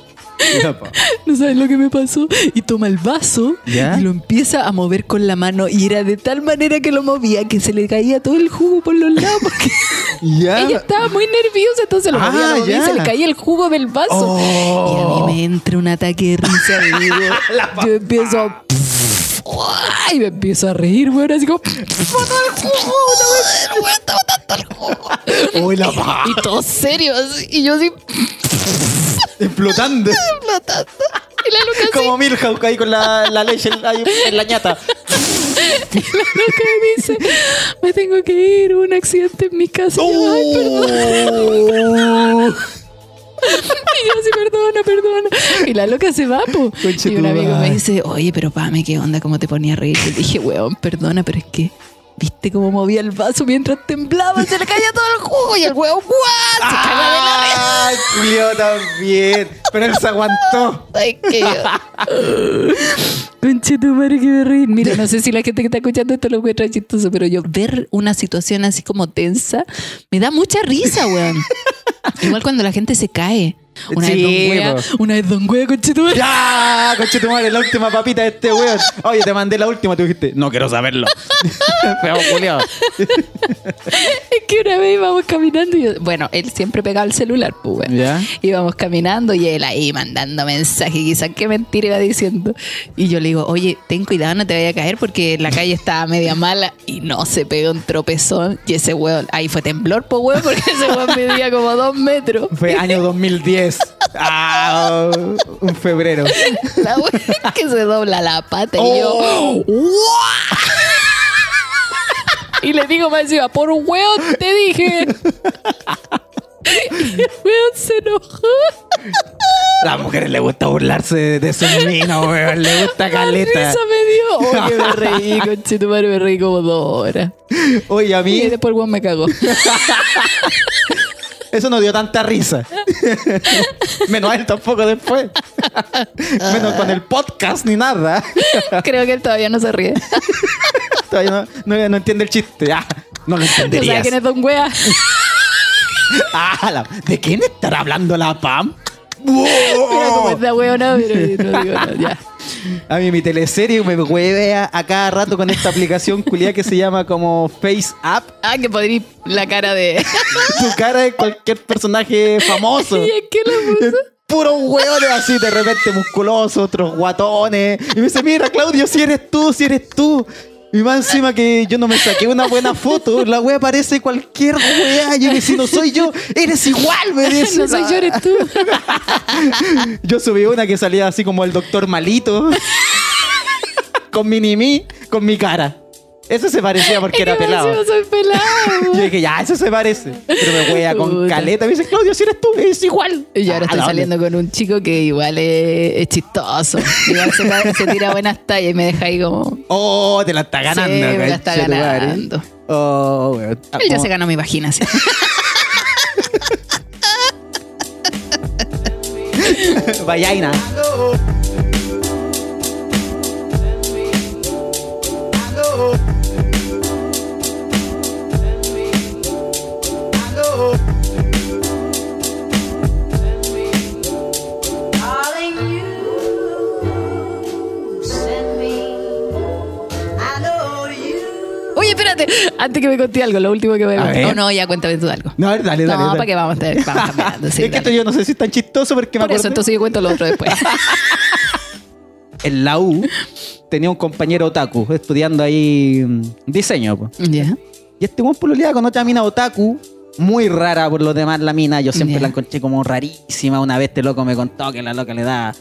No sabes lo que me pasó. Y toma el vaso
¿Ya?
y lo empieza a mover con la mano. Y era de tal manera que lo movía que se le caía todo el jugo por los lados. Porque
*laughs* Ya.
ella estaba muy nerviosa, entonces lo movía,
Ah,
lo movía y
ya.
se le caía el jugo del vaso.
Oh.
Y a mí me entra un ataque de risa. amigo. yo empiezo a. Y me empiezo a reír, bueno, así como. ¡Botó el jugo! ¡No me está botando el jugo!
*laughs* Uy, la pa.
*laughs* Y todo serio. así, Y yo así *laughs*
Explotando.
explotando. Y la *laughs* loca así.
Como Milhouse ahí con la, la leche en la, en la ñata.
loca me dice, me tengo que ir, hubo un accidente en mi casa. Y yo, *laughs* Ay, perdón.
Oh.
Y yo así, perdona, perdona. Y la loca se va, po.
Conche
Y un
tu
amigo
madre.
me dice, oye, pero pame, ¿qué onda? ¿Cómo te ponía a reír? Y dije, weón, perdona, pero es que... ¿Viste cómo movía el vaso mientras temblaba? Se le caía todo el jugo y el huevo, ¡guau! Se *laughs* cagaba de la risa.
Ay, Julio también. Pero él se aguantó.
Ay, qué... *laughs* Conche tu madre que me reír.
*laughs*
Mira, no sé si la gente que está escuchando esto lo encuentra chistoso, pero yo ver una situación así como tensa me da mucha risa, *laughs* weón. Igual cuando la gente se cae. Una
Sí,
vez don wea,
po.
una vez don wea, conche tu madre.
Ya, coche tu madre, la última papita de este weón. Oye, te mandé la última, tú dijiste, no quiero saberlo. Pero Julio.
Es que una vez íbamos caminando y yo- bueno, él siempre pegaba el celular, pues, weón.
Ya.
Íbamos caminando y él ahí mandando mensajes, quizás qué mentira iba diciendo. Y yo le digo, oye, ten cuidado, no te vaya a caer porque la calle estaba media mala y no se pegó un tropezón. Y ese weón, ahí fue temblor, pues, weón, porque ese weón medía como dos metros.
Fue año 2010. Ah, oh, un febrero.
La wea que se dobla la pata y
Oh.
yo. "Guau". y le digo más encima, por un hueón te dije.
*laughs*
y el hueón se enojó.
A las mujeres les gusta burlarse de sus minas, weón. Le gusta
La
caleta.
risa me
*laughs*
dio. Oye, me *laughs* reí, conchetumare, me reí como dos horas.
Oye, a
Y
mí
después el hueón me *laughs* cagó.
eso no dio tanta risa. *laughs* Menos a él tampoco después. *laughs* Menos con el podcast ni nada. *laughs*
Creo que él todavía no se ríe.
Todavía no, no- no entiende el chiste. Ah, no lo
No sabe
entenderías.
quién es Don Wea.
Ah, la- ¿De quién estará hablando la Pam?
*laughs* Mira cómo es la weona, pero no digo nada. Ya.
A mí mi teleserie me huevea a cada rato con esta aplicación culia que se llama como Face App.
Ah, que podría la cara *laughs* de.
Tu cara de cualquier personaje famoso.
¿Y es que la puso?
Puros hueones así de repente musculosos, otros guatones. Y me dice, mira Claudio, si eres tú, si eres tú. Y más encima que yo no me saqué una buena foto, la wea parece cualquier wea. Yo me si no soy yo, eres igual, me dice.
*laughs* No soy yo, eres *laughs* tú.
Yo subí una que salía así como el
*laughs*
doctor malito. con mi nimi, con mi cara. Eso se parecía porque era
Es que me
pelado.
decía, soy pelado.
Yo dije, ya, eso se parece. Pero me wea con
Puta.
caleta. Me dice, Claudio, si eres tú, es igual.
Y yo ahora
Ah,
estoy
la onda.
saliendo con un chico que igual es, es chistoso. Igual se, ca- se tira buenas tallas y me deja ahí como.
Oh, te la está ganando.
Sí, me la está
conche tu madre.
ganando.
Oh, weón. Ah,
Él ya
oh.
se ganó mi vagina. sí.
oh, Vallaina.
Calling you, send me. I know you.
Oye, espérate. Antes que me conté algo, lo último que voy a
A
contar.
ver.
Oh, No, no, ya cuéntame tú algo.
No, a ver, dale, dale.
no,
dale.
para que vamos a estar vamos a estar mirando, sí,
es que
dale.
esto yo no sé si es tan chistoso porque
Por
me
eso,
acuerdo.
entonces yo cuento lo otro
*laughs*
después.
En la U tenía un compañero otaku estudiando ahí mm, diseño. po.
ya.
Y este buen pololeaba con otra mina otaku. Muy rara por lo demás la mina. Yo siempre
Ya.
la encontré como rarísima. Una vez este loco me contó que la loca le da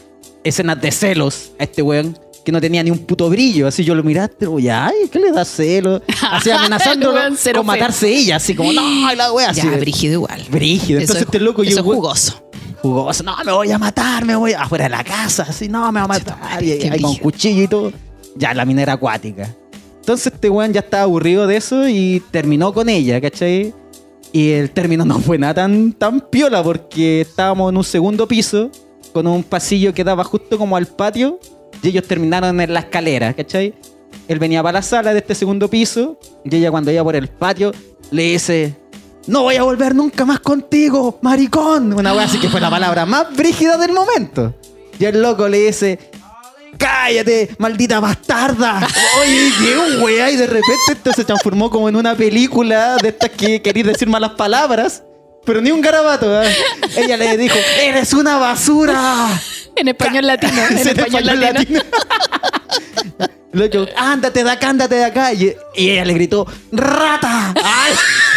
escenas de celos a este weón. Que no tenía ni un puto brillo. Así yo lo miraste, oye, ay, ¿qué le da celos?
*laughs*
Así amenazándolo
El weón cero
con
fe.
matarse ella. Así como, no, y la wea así.
Ya, brígido igual.
Brígido. Entonces
Eso es-
este loco
eso
yo
es jugoso.
jugoso. No, me voy a matar, me voy afuera de la casa, así, no, me va a matar. Y,
qué
ahí con
brígido.
cuchillo y todo. Ya, la minera acuática. Entonces este weón ya estaba aburrido de eso y terminó con ella, ¿cachai? Y el término no fue nada tan, tan piola porque estábamos en un segundo piso con un pasillo que daba justo como al patio y ellos terminaron en la escalera, ¿cachai? Él venía para la sala de este segundo piso y ella cuando iba por el patio le dice, no voy a volver nunca más contigo, maricón. Una wea así que fue la palabra más brígida del momento. Y el loco le dice, cállate, maldita bastarda. Oye, qué wea. Y de repente esto se transformó como en una película de estas que queréis decir malas palabras. Pero ni un garabato. ¿eh? Ella le dijo, eres una basura.
En español *laughs* latino. *laughs* En
Se le
español
falló el
latino.
latino. Loco, ándate de acá, ándate de acá. Y, y ella le gritó, rata. Ay. *laughs*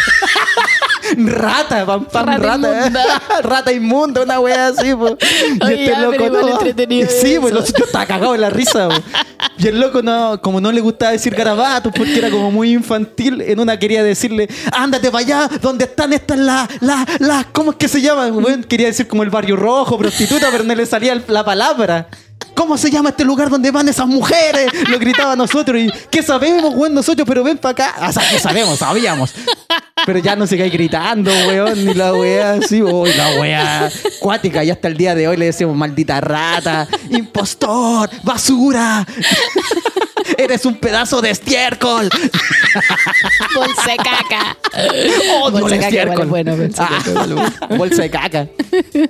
Rata, pam, pam,
Rata
rata.
inmunda.
*laughs* Rata inmunda, una wea así, po. Y
Oye, ya, pero igual
no.
entretenido
Sí, pues
eso.
los *laughs* yo estaba cagado en la risa, po. Y el loco no, como no le gustaba decir garabatos porque era como muy infantil, en una quería decirle, ándate para allá, donde están estas las, las, las, ¿cómo es que se llaman? Bueno, quería decir como el barrio rojo, prostituta, pero no le salía el- la palabra. ¿Cómo se llama este lugar donde van esas mujeres? Lo gritaba a nosotros y ¿qué sabemos, weón, nosotros? Pero ven para acá. O sea, ¿qué sabemos? Sabíamos. Pero ya no sigáis gritando, weón, ni la weá así, uy, la weá cuática. Y hasta el día de hoy le decimos maldita rata, impostor, basura. Eres un pedazo de estiércol.
Bolsa de
*laughs*
caca.
Odio el
Oh, Bolsa de caca igual
estiércol.
es bueno, bolsa de caca igual es bueno.
Ah, *laughs* bolsa de caca.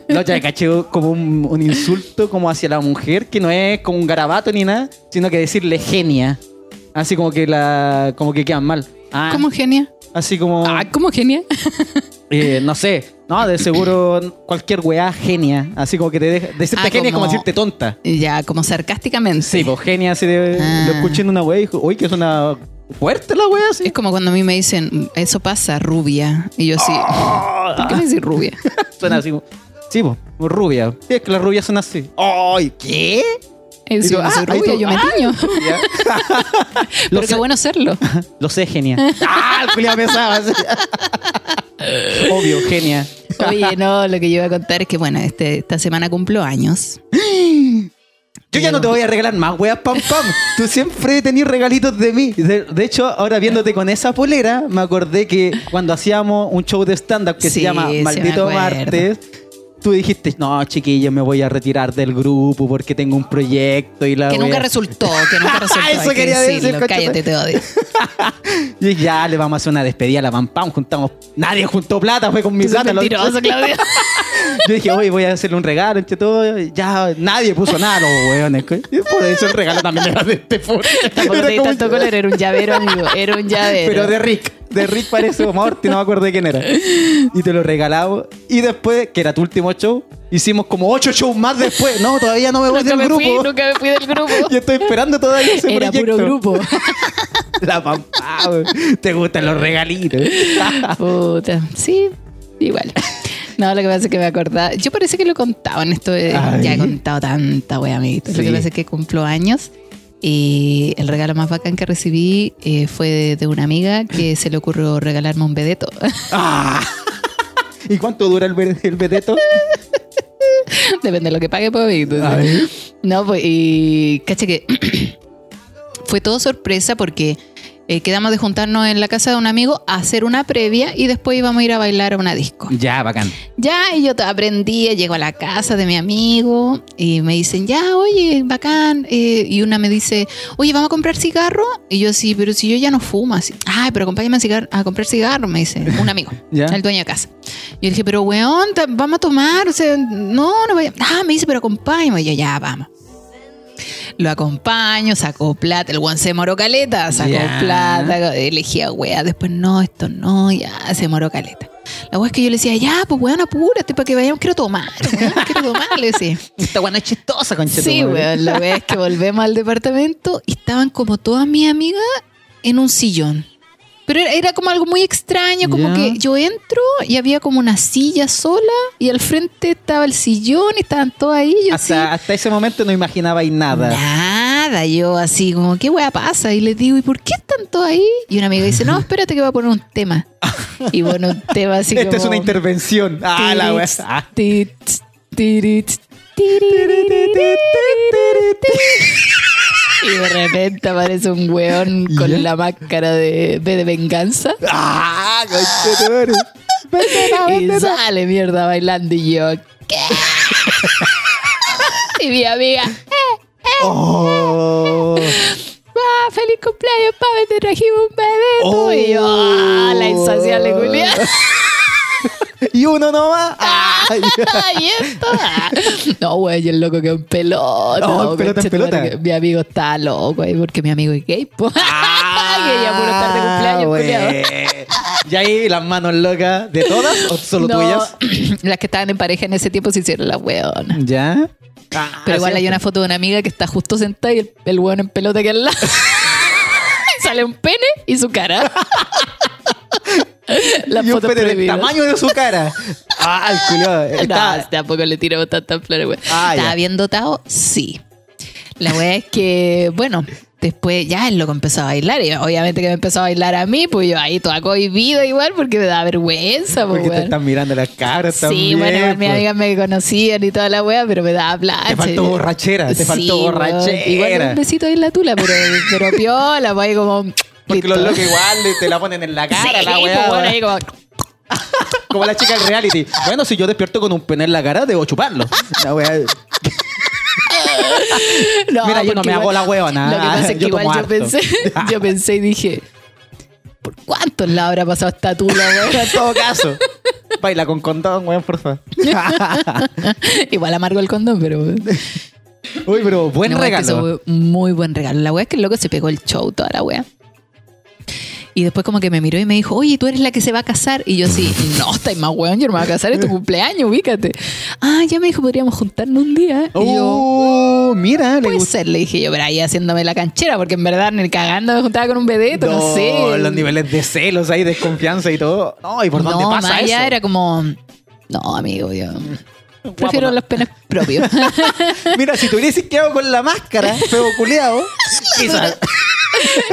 No, ya caché como un, un insulto como hacia la mujer, que no es como un garabato ni nada, sino que decirle genia. Así como que la. como que quedan mal. Ah,
¿Cómo genia?
Así como.
Ah, ¿cómo genia?
Eh, no sé. No, de seguro cualquier weá genia. Así como que te deja. Decirte
Ah,
genia es como
como-
decirte tonta.
Ya, como sarcásticamente.
Sí, pues genia así de.
Ah.
Lo escuché en una weá y dijo, uy, que es una fuerte la weá así.
Es como cuando a mí me
Ah.
dicen, eso pasa, rubia. Y yo sí. *laughs* ¿Por qué me decís rubia?
Suena así como. Sí, po, rubia. Sí, es que las rubias son así. ¡Ay! ¿Qué?
Y
Y
si
tú,
yo
ah,
pues, soy
ahí
rubia,
tú,
yo me
ah.
tiño.
*laughs* Ya.
*laughs* Pero
lo,
qué
sé,
bueno
*laughs*
serlo.
lo sé, genia. *laughs* ¡Ah! El culiao pesado, así. Obvio, genia.
Oye, no, lo que yo iba a contar es que, bueno, este, esta semana cumplo años.
Yo ya no te voy a regalar más weas, pam pam. Tú siempre tenías regalitos de mí. De, de hecho, ahora viéndote con esa polera, me acordé que cuando hacíamos un show de stand-up que
Sí,
se llama
sí me
Maldito
acuerdo.
Martes, tú dijiste, no, chiquillo, me voy a retirar del grupo porque tengo un proyecto y la
Que nunca
wea".
resultó, que nunca resultó.
Ah, Eso
hay que
quería decir,
decirlo.
concha.
Cállate, te odio.
*laughs* Y dije, ya le vamos a hacer una despedida a la pam pam. Juntamos, nadie juntó plata, fue con mi
Tú sos
plata. los-
mentiroso, Claudio.
Yo dije, hoy voy a hacerle un regalo entre todo. Ya nadie puso nada, los weones. Por eso el regalo también era de este fuerte.
Tampoco
Era
te di
como-
tanto color, era un llavero, amigo. Era un llavero.
Pero de Rick. De Rick parece o Morty, no me acuerdo de quién era. Y te lo regalamos. Y después, que era tu último show, hicimos como ocho shows más después. No, todavía no me voy
nunca
del
me fui,
grupo.
nunca me fui del
*laughs*
grupo.
Y estoy esperando todavía ese
Era
proyecto.
puro grupo.
*laughs* La pampa, wey. Te gustan los regalitos. Ah,
Puta. Sí, igual. No, lo que pasa es que me acordaba. Yo parece que lo contaba en esto. de-
Ay.
Ya he contado tanta wea, amiguito. Lo
Sí.
que pasa es que cumplo años y el regalo más bacán que recibí eh, fue de, de una amiga que se le ocurrió regalarme un vedeto. *laughs*
Ah. ¿Y cuánto dura el, ve- el vedeto?
Depende de lo que pague, pues, amiguito. sí.
Ay.
No, pues, y caché que *clears throat* fue todo sorpresa porque eh, quedamos de juntarnos en la casa de un amigo a hacer una previa y después íbamos a ir a bailar a una disco.
Ya, bacán.
Ya, y yo t- aprendí, llego a la casa de mi amigo y me dicen, ya, oye, bacán. eh, y una me dice, oye, vamos a comprar cigarro. Y yo, sí, pero si yo ya no fumo, así, ay, pero acompáñame a, cigar- a comprar cigarro, me dice un amigo,
Ya.
el dueño de casa. Y yo dije, pero weón, ta- vamos a tomar, o sea, no, no vaya. Ah, me dice, pero acompáñame. Y yo, ya, vamos. Lo acompaño, sacó plata. El guan se moró caleta, sacó
Ya.
plata, elegía wea. Después, no, esto no, ya, se moró caleta. La wea es que yo le decía, ya, pues weón, apúrate para que vayamos, quiero tomar, weón, quiero tomar, le decía.
*laughs* Esta guana es chistosa, conchetumare.
Sí, weón, la wea es que volvemos al departamento y estaban como todas mis amigas en un sillón. Pero era, era como algo muy extraño, como
Ya.
que yo entro y había como una silla sola y al frente estaba el sillón y estaban todas ahí. Yo así,
Hasta, hasta ese momento no imaginabais nada.
Nada, yo así como, ¿qué weá pasa? Y les digo, ¿y por qué están todos ahí? Y un amigo *laughs* dice, no, espérate que voy a poner un *laughs* tema. Y bueno, Este un tema así
Esta
como...
es una intervención. Ah, la wea.
Tiritz,
Ah.
tiritz, tiritz, tiriririrí. Y de repente aparece un weón con
Ya.
la máscara de, de, de venganza
Ah,
*laughs*
conchetumare.
y sale mierda bailando y yo, ¿qué? y mi amiga,
Oh.
¡Ah, feliz cumpleaños, papi! Te trajimos un bebé.
Oh.
Y yo, ¡ah, la insaciable culia! *laughs*
Y uno nomás. Ah,
¡Ay, esto! ah. No, güey, y el loco que en pelota.
Oh, en
güey,
pelota, en
chetumare,
pelota.
que Mi amigo está loco, güey, porque mi amigo es gay. po. y ella puro estar de
Ah,
cumpleaños, culiao.
wey. Y ahí las manos locas de todas o solo
No,
tuyas.
*clears throat* Las que estaban en pareja en ese tiempo se hicieron las weonas.
Ya. Ah,
Pero igual hay una foto de una amiga que está justo sentada y el, el weón en pelota que al
*laughs*
lado. Y sale un pene y su cara. La
y un
foto
pene del tamaño de su cara. Ah, el culiao.
*laughs*
Está-
No, tampoco le tiramos tantas flores, güey.
Ah,
¿Estaba
ya.
bien dotado? Sí. La wea es que, bueno, después ya el loco empezó a bailar. Y obviamente que me empezó a bailar a mí, pues yo ahí toda cohibida igual porque me da vergüenza, pues,
porque te
weón.
están mirando las cabras
Sí,
también,
bueno, igual mis
pues.
amigas me conocían y toda la wea, pero me daba plata.
Te faltó borrachera, te faltó
weón.
borrachera.
Igual un besito ahí en la tula, pero, pero piola, pues ahí como.
Porque los
listo.
locos igual le- te la ponen en la cara,
Sí,
la
pues,
weá.
bueno, ahí como,
Como la chica del reality. Bueno, si yo despierto con un pene en la cara, debo chuparlo. La weá.
pues No,
Mira, yo no
porque
me hago
igual-
la hueona.
Lo que pasa es que
Yo
igual
como
yo *laughs*
harto.
pensé, yo pensé y dije, ¿por cuántos la habrá pasado esta tula, weón?
*laughs* en todo caso. Baila con condón, weón, por favor.
Igual amargo el condón, pero.
Uy, pero buen
No, este es que
regalo.
eso fue muy buen regalo. La wea es que el loco se pegó el show, toda la wea. Y después como que me miró y me dijo, oye, tú eres la que se va a casar. Y yo
*laughs*
sí, no, estáis más weón, yo no me voy a casar, es tu cumpleaños, ubícate. Ah, ya me dijo, podríamos juntarnos un día. Y yo,
Oh, mira, le
puede
gusta.
ser, le dije yo, pero ahí haciéndome la canchera, porque en verdad ni cagando me juntaba con un vedeto, no, sé.
los niveles de celos ahí, desconfianza y todo. No, ¿y por dónde
no,
pasa
más allá
eso?
era como, no, amigo, yo Prefiero
Mm, no.
los penes
*laughs*
propios.
Mira, si te hubieses quedado con la máscara, feo
*laughs*
culeado, quizás.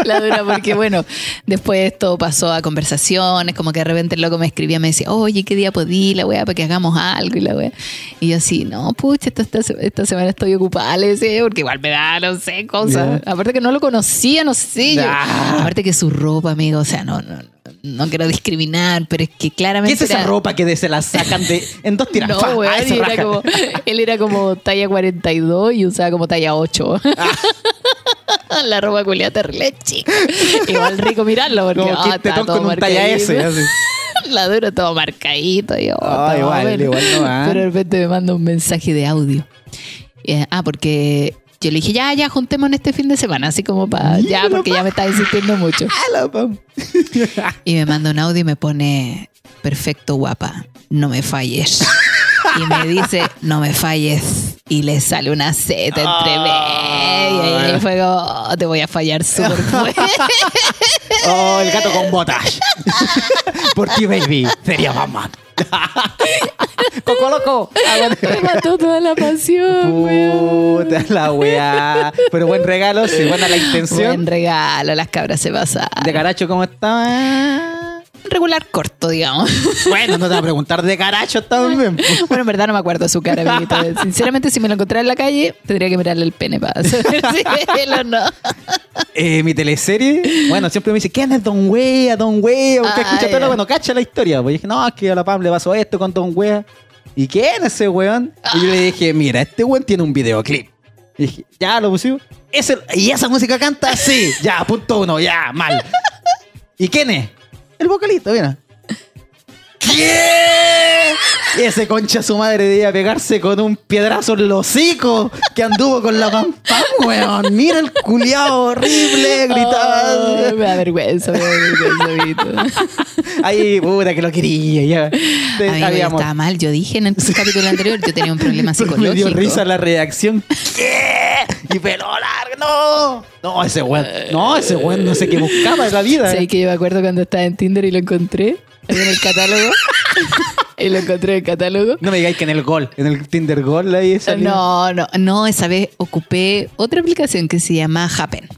la dura, porque bueno, después todo pasó a conversaciones, como que de repente el loco me escribía, me decía, oye, ¿qué día podí, la weá, para que hagamos algo y la weá? Y yo así, no, pucha, esta, esta, se- esta semana estoy ocupada, le decía, porque igual me da, no sé, cosas. Aparte que no lo conocía, no sé. yo-
Ah.
Aparte que su ropa, amigo, o sea, no, no, no quiero discriminar, pero es que
¿Qué
claramente...
es esa
era-
ropa que de- se la sacan de,
*laughs*
en dos tiras?
No,
¡Fa! Ah,
weón,
se
y era
raja. *laughs*
como- *laughs* él era como talla 42 y usaba como talla 8.
*laughs* Ah,
La ropa culiada terrible, chica. *laughs* Igual rico mirarlo porque
Como
ah,
que te
estaba
tocan
todo
con un talla
marcadito.
S. así.
La dura todo marcadito. Yo,
Ah,
todo
igual,
bueno.
igual no va. ¿eh? *laughs*
Pero de repente me manda un mensaje de audio. Eh, ah, porque yo le dije, ya, ya, juntemos en este fin de semana, así como para... Ya, porque ya me está insistiendo mucho.
Ala, Ah, pam.
Y me manda un audio y me pone, perfecto guapa, no me falles. Y me dice, no me falles. Y le sale una seta entre
Ah.
medio. Y ahí fue como, "Oh, te voy a fallar
*laughs*
súper fuerte".
Oh, el gato con botas. *laughs* Por ti, baby, sería mamá. *laughs* Coco loco.
Me mató toda la pasión, weón.
Puta la weá. Pero buen regalo, sí, buena la
Buen
intención.
regalo, las cabras se pasaron.
De Caracho, ¿cómo estaba?
Regular corto, digamos.
Bueno, no te voy a preguntar de Caracho también. po.
*laughs* Bueno, en verdad no me acuerdo su cara,
*laughs*
amiguito. Sinceramente, si me lo encontrara en la calle, tendría que mirarle el pene *laughs* para saber si es él o no.
*laughs* Eh, mi teleserie, bueno, siempre me dice, ¿quién es Don Wea? Don Wea, usted
Ah,
escucha
ya.
todo, bueno, cacha la historia. Pues yo dije, no, es que a la Pam le pasó esto con Don Wea. ¿Y quién es ese weón? Y yo le dije, mira, este weón tiene un videoclip. Y dije, ya, lo pusimos. ¿Es el- ¿Y esa música canta? Sí, ya, punto uno, ya, mal. ¿Y quién es? El vocalista, mira. ¿Qué? Y ese concha su madre debía pegarse con un piedrazo en los hocico que anduvo con la pam pam, weón. Mira el culiao horrible,
Oh,
gritaba.
me da vergüenza, me da vergüenza, amiguito.
Ay, puta, que lo quería. Ya. Te-
Amigo, yo
habíamos-
estaba mal, yo dije en el capítulo anterior, yo tenía un problema
Pero *laughs* Me
psicológico.
dio risa la reacción. ¿Qué? Y pelo largo, no. No, ese weón. No, ese weón no sé *laughs* qué buscaba en la vida. eh.
¿Sabes que yo me acuerdo cuando estaba en Tinder y lo encontré? Ahí en el catálogo. *laughs* y lo encontré en el catálogo.
No me digáis que en el gol, en el Tinder gol ahí salió.
No, no, no, esa vez ocupé otra aplicación que se llama Happen.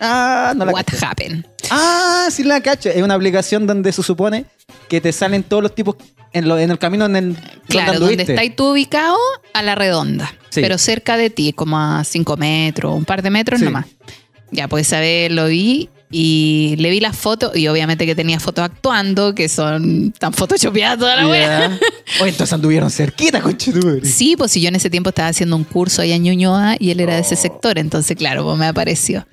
Ah, no la
What
caché.
Happen.
Ah, sí la cacho. Es una aplicación donde se supone que te salen todos los tipos en, lo- en el camino en el
Claro, donde estáis tú ubicado a la redonda,
Sí.
pero cerca de ti, como a 5 metros, un par de metros
Sí.
nomás. Ya, pues esa vez lo vi y le vi las fotos y obviamente que tenía fotos actuando, que son tan photoshopeadas toda la wea. *laughs*
Ya. Oye, entonces anduvieron cerquita, conchetumare.
Sí, pues si yo en ese tiempo estaba haciendo un curso allá en Ñuñoa y él era de
Oh.
ese sector, entonces claro, pues me apareció.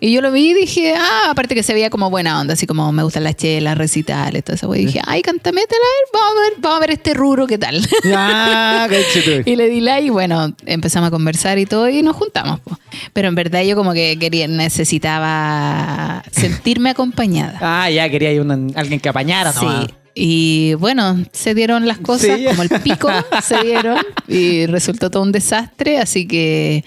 Y yo lo vi y dije, ah, aparte que se veía como buena onda, así como me gustan las chelas, recitales, todo eso, güey. Y dije, ay, cantamétela, a ver, vamos a ver, vamos a ver este rubro, ¿qué tal?
Ya,
*laughs*
conchetumare.
Y le di like y bueno, empezamos a conversar y todo y nos juntamos. po. Pero en verdad yo como que quería, necesitaba sentirme acompañada.
Ah, ya quería ir una- alguien que apañara nomás.
Sí. Y bueno, se dieron las cosas
Sí.
como el
*laughs*
pico, se dieron y resultó todo un desastre, así que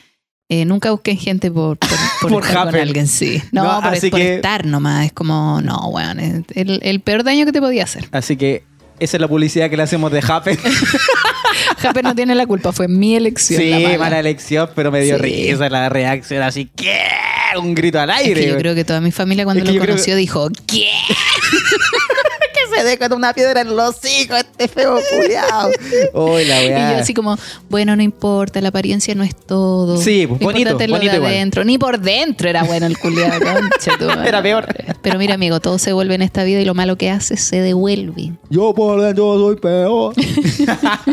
eh, nunca busquen gente por, por, por
*laughs* Por
estar con
happen.
alguien, sí. No,
No,
por,
así
por
que-
estar nomás, es como, no, weón, es el, el peor daño que te podía hacer.
Así que esa es la publicidad que le hacemos de
*laughs*
Happen.
Happen no tiene la culpa, fue mi elección. la
sí,
mala.
mala elección, pero me dio
Sí.
risa la reacción. Así que un grito al
Es
aire.
que yo creo que toda mi familia cuando
Es que
lo
yo creo-
conoció dijo, ¿qué?
que se dé con una piedra en los hijos este feo
*laughs*
culiao. Uy, la
Y
weá.
yo así como, bueno, no importa, la apariencia no es todo.
Sí, pues,
No
bonito,
importa lo
bonito
de
igual.
adentro. Ni por dentro era bueno el
*laughs*
culiado, concha tu madre.
Era peor.
Pero mira, amigo, todo se vuelve en esta vida y lo malo que haces se devuelve.
Yo por dentro soy peor. *laughs*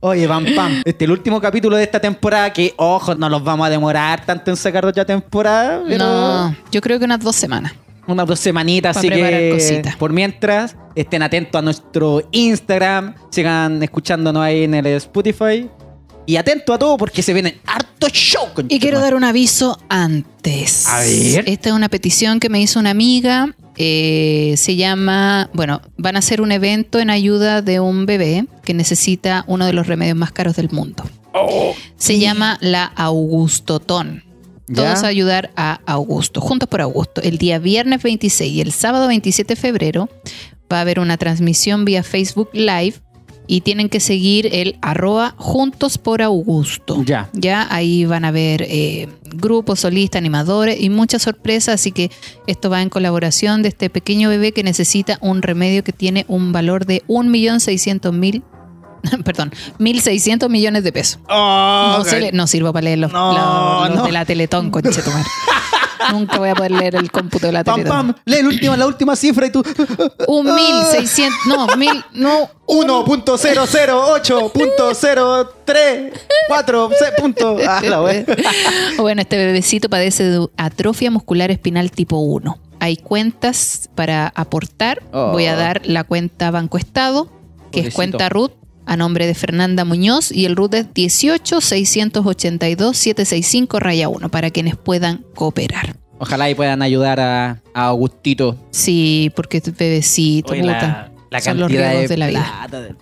Oye, Pam Pam, este el último capítulo de esta temporada que, ojo, no los vamos a demorar tanto en sacar otra temporada, pero
No, yo creo que unas dos semanas.
unas dos semanitas,
Pa'
así que
preparar cositas.
por mientras estén atentos a nuestro Instagram, sigan escuchándonos ahí en el Spotify y atentos a todo porque se vienen harto show.
Y quiero dar un aviso antes.
A ver.
Esta es una petición que me hizo una amiga. eh, se llama, bueno, van a hacer un evento en ayuda de un bebé que necesita uno de los remedios más caros del mundo. se llama la Augustotón.
Oh. ¿Ya?
Todos a ayudar a Augusto, juntos por Augusto. El día viernes 26 y el sábado 27 de febrero va a haber una transmisión vía Facebook Live y tienen que seguir el arroba juntos por Augusto.
Ya.
Ya ahí van a ver eh, grupos, solistas, animadores y muchas sorpresas. Así que esto va en colaboración de este pequeño bebé que necesita un remedio que tiene un valor de 1.600.000, *laughs* perdón, 1.600 millones de pesos.
Oh,
No, se le- no sirvo para leer los,
No,
la- los
no.
de la Teletón,
*laughs*
conchetumar. Nunca voy a poder leer el cómputo de la
Pam,
Teletón.
pam, lee el último- la última cifra y tú.
Un mil seiscientos, no, mil, no,
1.008.034 punto. Ah, la wea.
*laughs* Bueno, este bebecito padece de atrofia muscular espinal tipo 1. Hay cuentas para aportar.
Oh.
Voy a dar la cuenta Banco Estado, que es
Pobrecito.
cuenta RUT, a nombre de Fernanda Muñoz, y el RUT es 18-682-765 raya 1, para quienes puedan cooperar.
Ojalá y puedan ayudar a, a Augustito.
Sí, porque es bebecito,
Oye,
puta. Son los riesgos de, la vida.
plata del-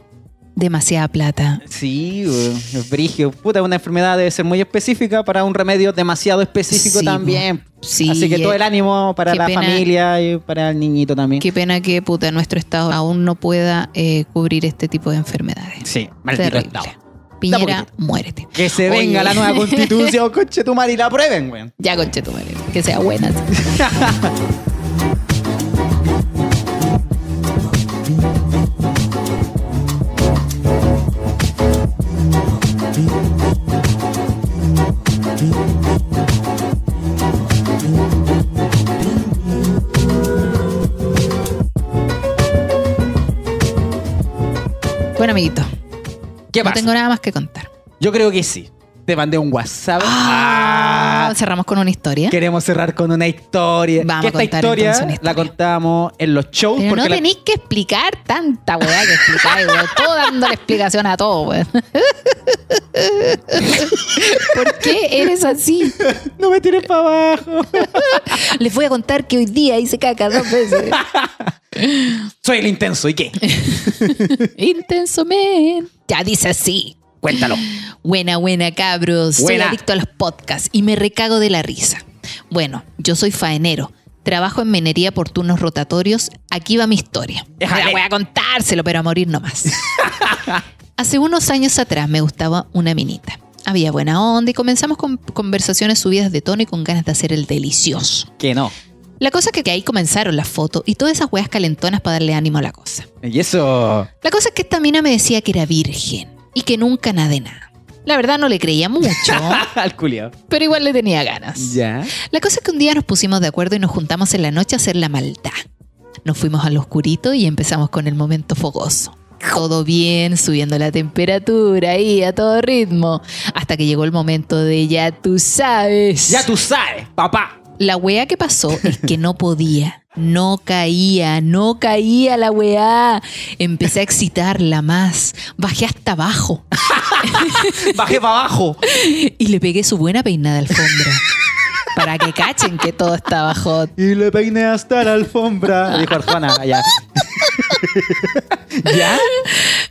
Demasiada plata.
Sí, weón, es brigio. Puta, una enfermedad debe ser muy específica para un remedio demasiado específico
Sí,
también.
Sí,
Así que
eh,
todo el ánimo para
qué
la
pena.
familia y para el niñito también.
Qué pena que puta nuestro Estado aún no pueda eh, cubrir este tipo de enfermedades.
Sí, maldito
Terrible.
Estado.
Piñera,
poquito.
muérete.
Que se
Oye.
venga la
*laughs*
nueva constitución, coche tu madre, y la prueben, weón.
Ya, conche tu madre. Que sea buena. Bueno, amiguito,
¿Qué
no
pasa?
tengo nada más que contar.
Yo creo que sí. Te mandé un WhatsApp.
Ah,
Ah,
cerramos con una historia.
*laughs* Queremos cerrar con una historia.
Vamos
que
a
esta
contar
historia,
entonces una historia.
la contamos en los shows.
Pero no
porque la-
tenéis que explicar tanta weá que explicáis,
*laughs*
weón. Todo dando la explicación a todo, weón. ¿Por qué eres así?
no me tires para abajo.
Les voy a contar que hoy día hice caca dos
*laughs*
veces.
Soy el intenso, ¿y *laughs* qué?
Intenso men. Ya dice así.
Cuéntalo.
Buena, buena, cabros.
Buena.
Soy adicto a los podcasts y me recago de la risa. Bueno, yo soy faenero. Trabajo en minería por turnos rotatorios. Aquí va mi historia.
Déjale.
Ya voy a contárselo, pero a morir nomás. Hace unos años atrás me gustaba una minita. Había buena onda y comenzamos con conversaciones subidas de tono y con ganas de hacer el delicioso.
Que no.
La cosa es que ahí comenzaron las fotos y todas esas weas calentonas para darle ánimo a la cosa.
Y *laughs* eso.
La cosa es que esta mina me decía que era virgen y que nunca nada de nada. La verdad no le creía
*laughs*
mucho,
Al culiao.
pero igual le tenía ganas.
Ya.
La cosa es que un día nos pusimos de acuerdo y nos juntamos en la noche a hacer la maldad. Nos fuimos al oscurito y empezamos con el momento fogoso. Todo bien, subiendo la temperatura ahí a todo ritmo. Hasta que llegó el momento de ya tú sabes.
Ya tú sabes, papá.
La weá que pasó es que no podía, no caía, no caía la weá. Empecé a excitarla más, bajé hasta abajo
Bajé para abajo.
y le pegué su buena peinada alfombra. Para que cachen que todo estaba hot.
*laughs* Y le peiné hasta la alfombra. Dijo Arjona, allá. *laughs* ¿Ya?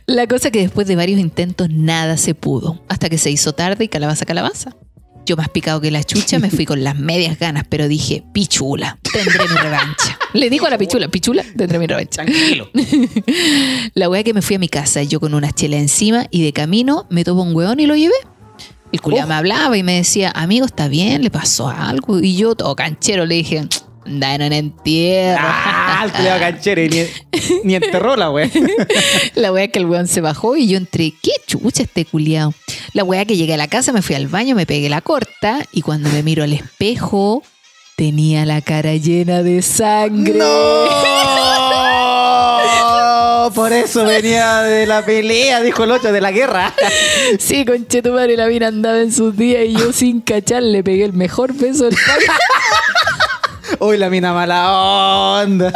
La cosa que después de varios intentos nada se pudo, hasta que se hizo tarde y calabaza, calabaza. Yo más picado que la chucha me fui con las medias ganas, pero dije, pichula, tendré mi revancha. Le digo a la pichula, pichula, tendré mi revancha.
*laughs* Tranquilo.
La weá que me fui a mi casa, yo con una chela encima y de camino me tomo un weón y lo llevé. El culiao
Oh.
me hablaba y me decía, amigo, ¿está bien? ¿Le pasó algo? Y yo, todo canchero, le dije, da, no entiendo.
Ah, el culiao canchero. Y ni, ni enterró la *laughs* wea.
*laughs* La weá que el weón se bajó y yo entré, qué chucha este culiao. La weá que llegué a la casa, me fui al baño, me pegué la corta y cuando me miro al espejo, tenía la cara llena de sangre.
¡No! Por eso venía de la pelea, dijo el otro, de la guerra.
Sí, conchetumare, la mina andaba en sus días y yo sin cachar le pegué el mejor beso del país.
Uy, la mina mala onda.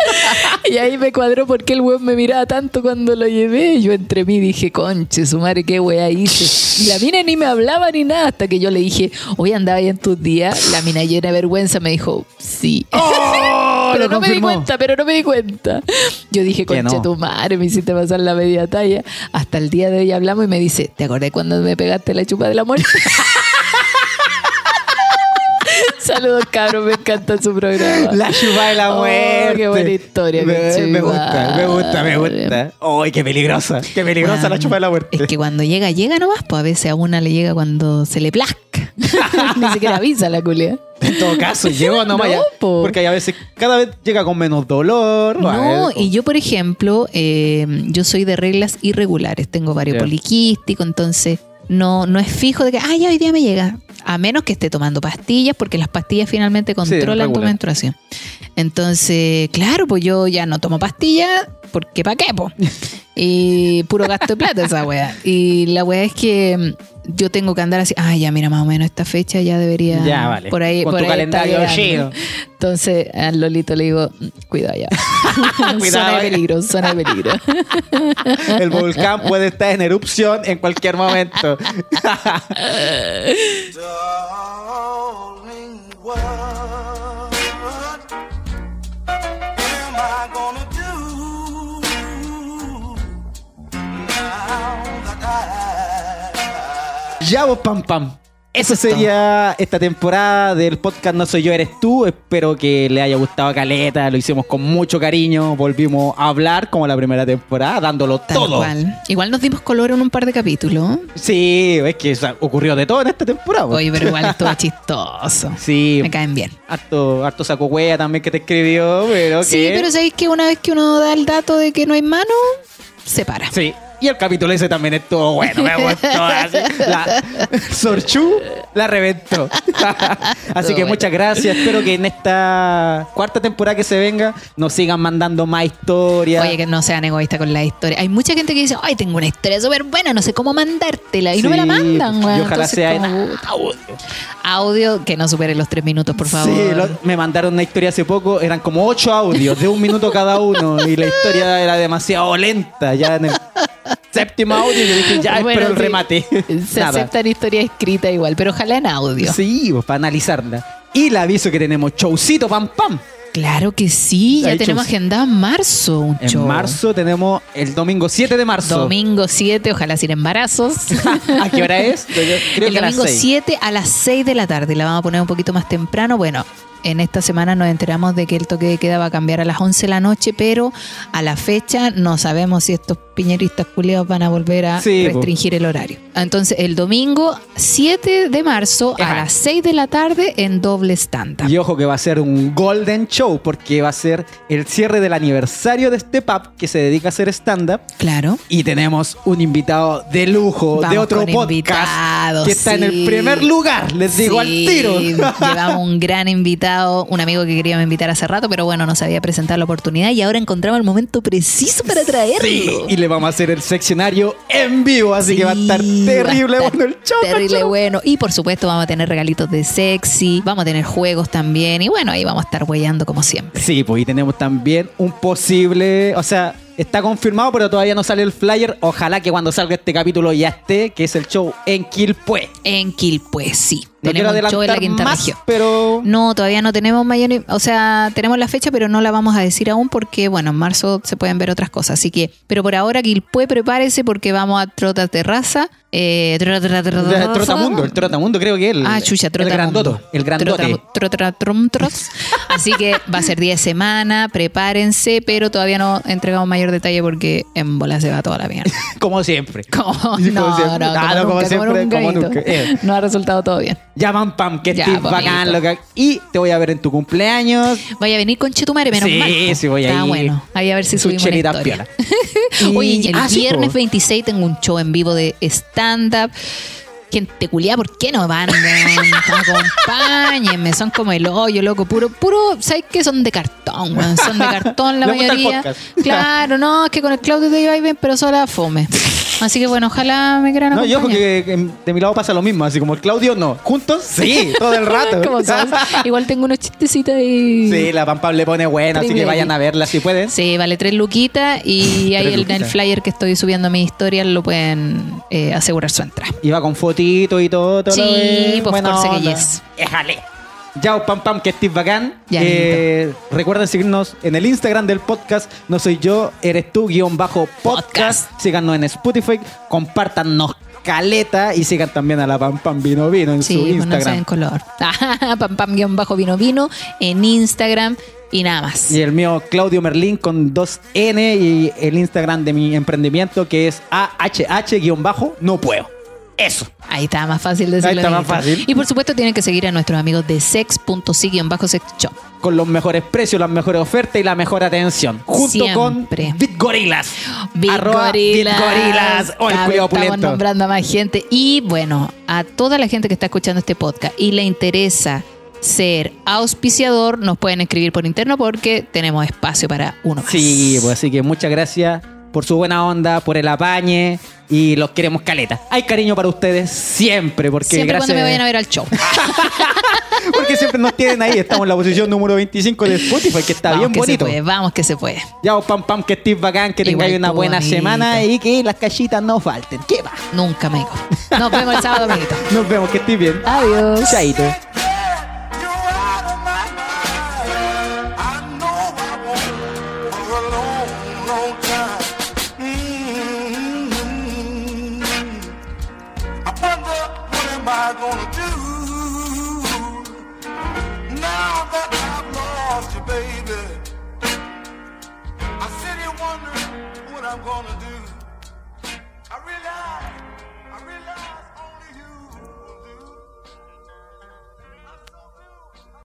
Y ahí me cuadró porque el weón me miraba tanto cuando lo llevé. Yo entre mí dije, conche, su madre, qué weá hice. Y la mina ni me hablaba ni nada hasta que yo le dije, hoy andaba ahí en tus días. La mina llena de vergüenza me dijo, sí. *laughs*
¡Oh!
pero
Lo
no me di
confirmó.
cuenta, pero no me di cuenta. Yo dije,
Que no.
conche tu madre, me hiciste pasar la media talla. Hasta el día de hoy hablamos y me dice, ¿te acordé cuando me pegaste la chupa de la muerte? *laughs* Saludos, cabros, me encanta su programa.
La chupa de la
Oh,
muerte.
qué buena historia,
Me,
qué
me gusta, me gusta, me
chupa.
gusta. ¡Ay, qué peligrosa! ¡Qué peligrosa
Bueno,
la chupa de la muerte!
Es que cuando llega, llega nomás, pues a veces a una le llega cuando se le plazca. *laughs* Ni siquiera avisa la culia.
En todo
*laughs*
caso, llegó nomás
No,
ya.
po.
Porque hay a veces cada vez llega con menos dolor.
No,
Bueno,
y yo, por ejemplo, eh, yo soy de reglas irregulares. Tengo varios
Ya.
poliquístico, entonces no, no es fijo de que, ay, ya hoy día me llega. A menos que esté tomando pastillas, porque las pastillas finalmente controlan tu
regulan.
menstruación. Entonces, claro, pues yo ya no tomo pastillas, porque pa' qué,
*laughs*
po? Y puro gasto de plata esa wea. Y la wea es que mm, yo tengo que andar así, ay, ya mira, más o menos esta fecha ya debería.
Ya, vale.
Por ahí,
Con
por
tu
ahí está
calendario
*laughs* llegando". Entonces, al Lolito le digo, "Mm, cuidado ya. zona
Cuidado. eh.
de peligro, zona de peligro.
El volcán puede estar en erupción en cualquier momento.
Darling, what am I gonna do now that I
Ya vos pam pam. Eso sería esta temporada del podcast No Soy Yo Eres Tú. Espero que le haya gustado a Caleta. Lo hicimos con mucho cariño. Volvimos a hablar como la primera temporada, dándolo
Tal
todo.
cual. Igual nos dimos color en un par de capítulos.
Sí, es que o sea, ocurrió de todo en esta temporada. pues.
Oye, pero igual
*laughs*
estuvo chistoso.
Sí,
Me caen bien.
harto, harto saco hueá también que te escribió, pero
Sí,
que-
pero sabéis que una vez que uno da el dato de que no hay mano, se para.
Sí. Y el capítulo ese también estuvo bueno, me gustó. así.
*laughs*
La, Sorchu la reventó. así que
bueno.
muchas gracias. Espero que en esta cuarta temporada que se venga nos sigan mandando más historias.
Oye, que no sean egoístas con la historia. Hay mucha gente que dice, ay, tengo una historia súper buena, no sé cómo mandártela. Y no me la
Sí,
mandan, weón.
Y ojalá
Entonces,
sea en
como,
audio.
Audio que no supere los tres minutos, por favor.
Sí, lo- me mandaron una historia hace poco, eran como ocho audios de un minuto cada uno y la historia era demasiado lenta. Ya en el séptimo audio yo dije, ya
Bueno,
espero el
sí.
remate.
*laughs* Se
*laughs* Nada.
aceptan historias escritas igual, pero ojalá en audio.
Sí, pues, para analizarla. Y le aviso que tenemos showcito pam pam.
Claro que sí, ya
Hay
tenemos
shows.
agendado en marzo un
En
show.
marzo tenemos el domingo 7 de marzo.
Domingo 7, ojalá sin embarazos.
*laughs* ¿A qué hora es? Yo creo
el
que a las
domingo
seis.
7 a las 6 de la tarde. La vamos a poner un poquito más temprano. Bueno, en esta semana nos enteramos de que el toque de queda va a cambiar a las 11 de la noche, pero a la fecha no sabemos si estos piñeristas culiados van a volver a
Sí, po.
restringir el horario. Entonces, el domingo 7 de marzo
Ajá.
a las 6 de la tarde en doble stand
Y ojo que va a ser un golden show porque va a ser el cierre del aniversario de este pub que se dedica a hacer stand-up.
Claro.
Y tenemos un invitado de lujo
Vamos
de otro
con
podcast
invitado,
que está en
sí.
el primer lugar. Les digo
Sí, *laughs*
al tiro.
Llevamos
*laughs*
un gran invitado, un amigo que queríamos invitar hace rato, pero bueno, nos había presentado la oportunidad y ahora encontramos el momento preciso para traerlo.
Sí, y le vamos a hacer el seccionario en vivo, así que va a estar
Sí,
terrible
va a estar
bueno el show.
Terrible bueno. Y por supuesto vamos a tener regalitos de sexy, vamos a tener juegos también y bueno, ahí vamos a estar huellando como siempre.
Sí, pues y tenemos también un posible, o sea, está confirmado, pero todavía no sale el flyer. Ojalá que cuando salga este capítulo ya esté, que es el show en Quilpue.
En Quilpue, sí.
No quiero
tenemos un show en la
adelantar
quinta
más,
región.
pero
No, todavía no tenemos mayor, o sea, tenemos la fecha, pero no la vamos a decir aún porque, bueno, en marzo se pueden ver otras cosas. Así que, pero por ahora, Quilpue, prepárese porque vamos a Trota Terraza. Eh, trota, Terraza.
el Trotamundo, el Trotamundo creo que es el,
Ah, chucha,
el
Trotamundo.
grandoto, el grandote.
Trota- trota- trum, tros. Así que va a ser día de semana, prepárense, pero todavía no entregamos mayor detalle porque en bola se va toda la mierda. *laughs*
Como siempre.
Como,
Y
no,
como siempre.
no,
Ah, no, como
nunca,
siempre, como
nunca,
nunca.
Vito.
Eh.
No ha resultado todo bien.
Ya van pam, que
Ya,
estés
pues,
bacán,
amiguito.
loca. Y te voy a ver en tu cumpleaños.
Vaya a venir con Chetumare, menos
Sí,
mal.
sí, voy a
Ah,
ir.
bueno. Ahí a ver si
Su
subimos una
chelita
historia.
piola.
*laughs* Oye,
Y-
y el
ah, sí,
viernes
po.
26 tengo un show en vivo de stand-up. Gente culiada, ¿por qué no van? weón? Acompáñenme, son como el hoyo, loco, puro, puro, ¿sabes qué? Son de cartón, weón, son de cartón la
*laughs* Le gusta el
mayoría.
podcast.
Claro, no, es que con el Claudio te iba bien, pero sola fome. Así que bueno, ojalá me quieran
No, yo
acompañar.
porque que de mi lado pasa lo mismo, así como el Claudio no. Juntos, sí, *laughs* todo
*laughs*
el rato.
Como
*laughs*
son. Igual tengo unos chistecitos ahí.
Sí, la Pam Pam le pone buena, así
Terrible.
que vayan a verla si pueden.
Sí, vale tres luquitas y
Tres
ahí el,
luquitas.
el flyer que estoy subiendo a mi historia lo pueden eh, asegurar su entrada.
Iba con fotito y todo. todo
Sí,
lo de-
pues,
buena
forse que
onda.
yes.
Éjale. Yao, pam, pam, que estés bacán.
Ya,
Eh, recuerden seguirnos en el Instagram del podcast. No soy yo, eres tú, guión bajo podcast.
Podcast.
Síganos en Spotify. Compártanos caleta y sigan también a la Pam Pam Vino Vino en su
Sí, pues, ponerse en
Instagram.
color. *laughs* Ah, pam pam guión bajo vino vino en Instagram y nada más.
Y el mío, Claudio Merlín, con 2N y el Instagram de mi emprendimiento que es AHH-no puedo. Eso.
Ahí está más fácil decirlo.
Ahí está más
amiguito.
fácil.
Y por supuesto tienen que seguir a nuestros amigos de sex.si-sex shop.
Con los mejores precios, las mejores ofertas y la mejor atención. Junto
Siempre.
con BitGorilas.
Big
Arroba
Gorilas.
BitGorilas. Oh, el
Cada
culiao
vez Estamos
opulento.
nombrando a más gente. Y bueno, a toda la gente que está escuchando este podcast y le interesa ser auspiciador, nos pueden escribir por interno porque tenemos espacio para uno más.
Sí, pues así que muchas gracias por su buena onda, por el apañe y los queremos caleta. Hay cariño para ustedes siempre, porque
Siempre
gracias.
cuando me vayan a ver al show.
Porque siempre nos tienen ahí, estamos en la posición número 25 de Spotify, que está
vamos
bien
que
bonito.
se puede, vamos que se puede.
Ya, oh, pam, pam, que estés bacán, que
Igual
tengáis una
tú,
buena
amiguito.
semana y que las cachitas no falten. ¿Qué va?
Nunca, amigo. Nos vemos el sábado, amiguito.
Nos vemos, que estés bien.
Adiós.
Chaito.
Baby, I sit here wondering what I'm gonna do.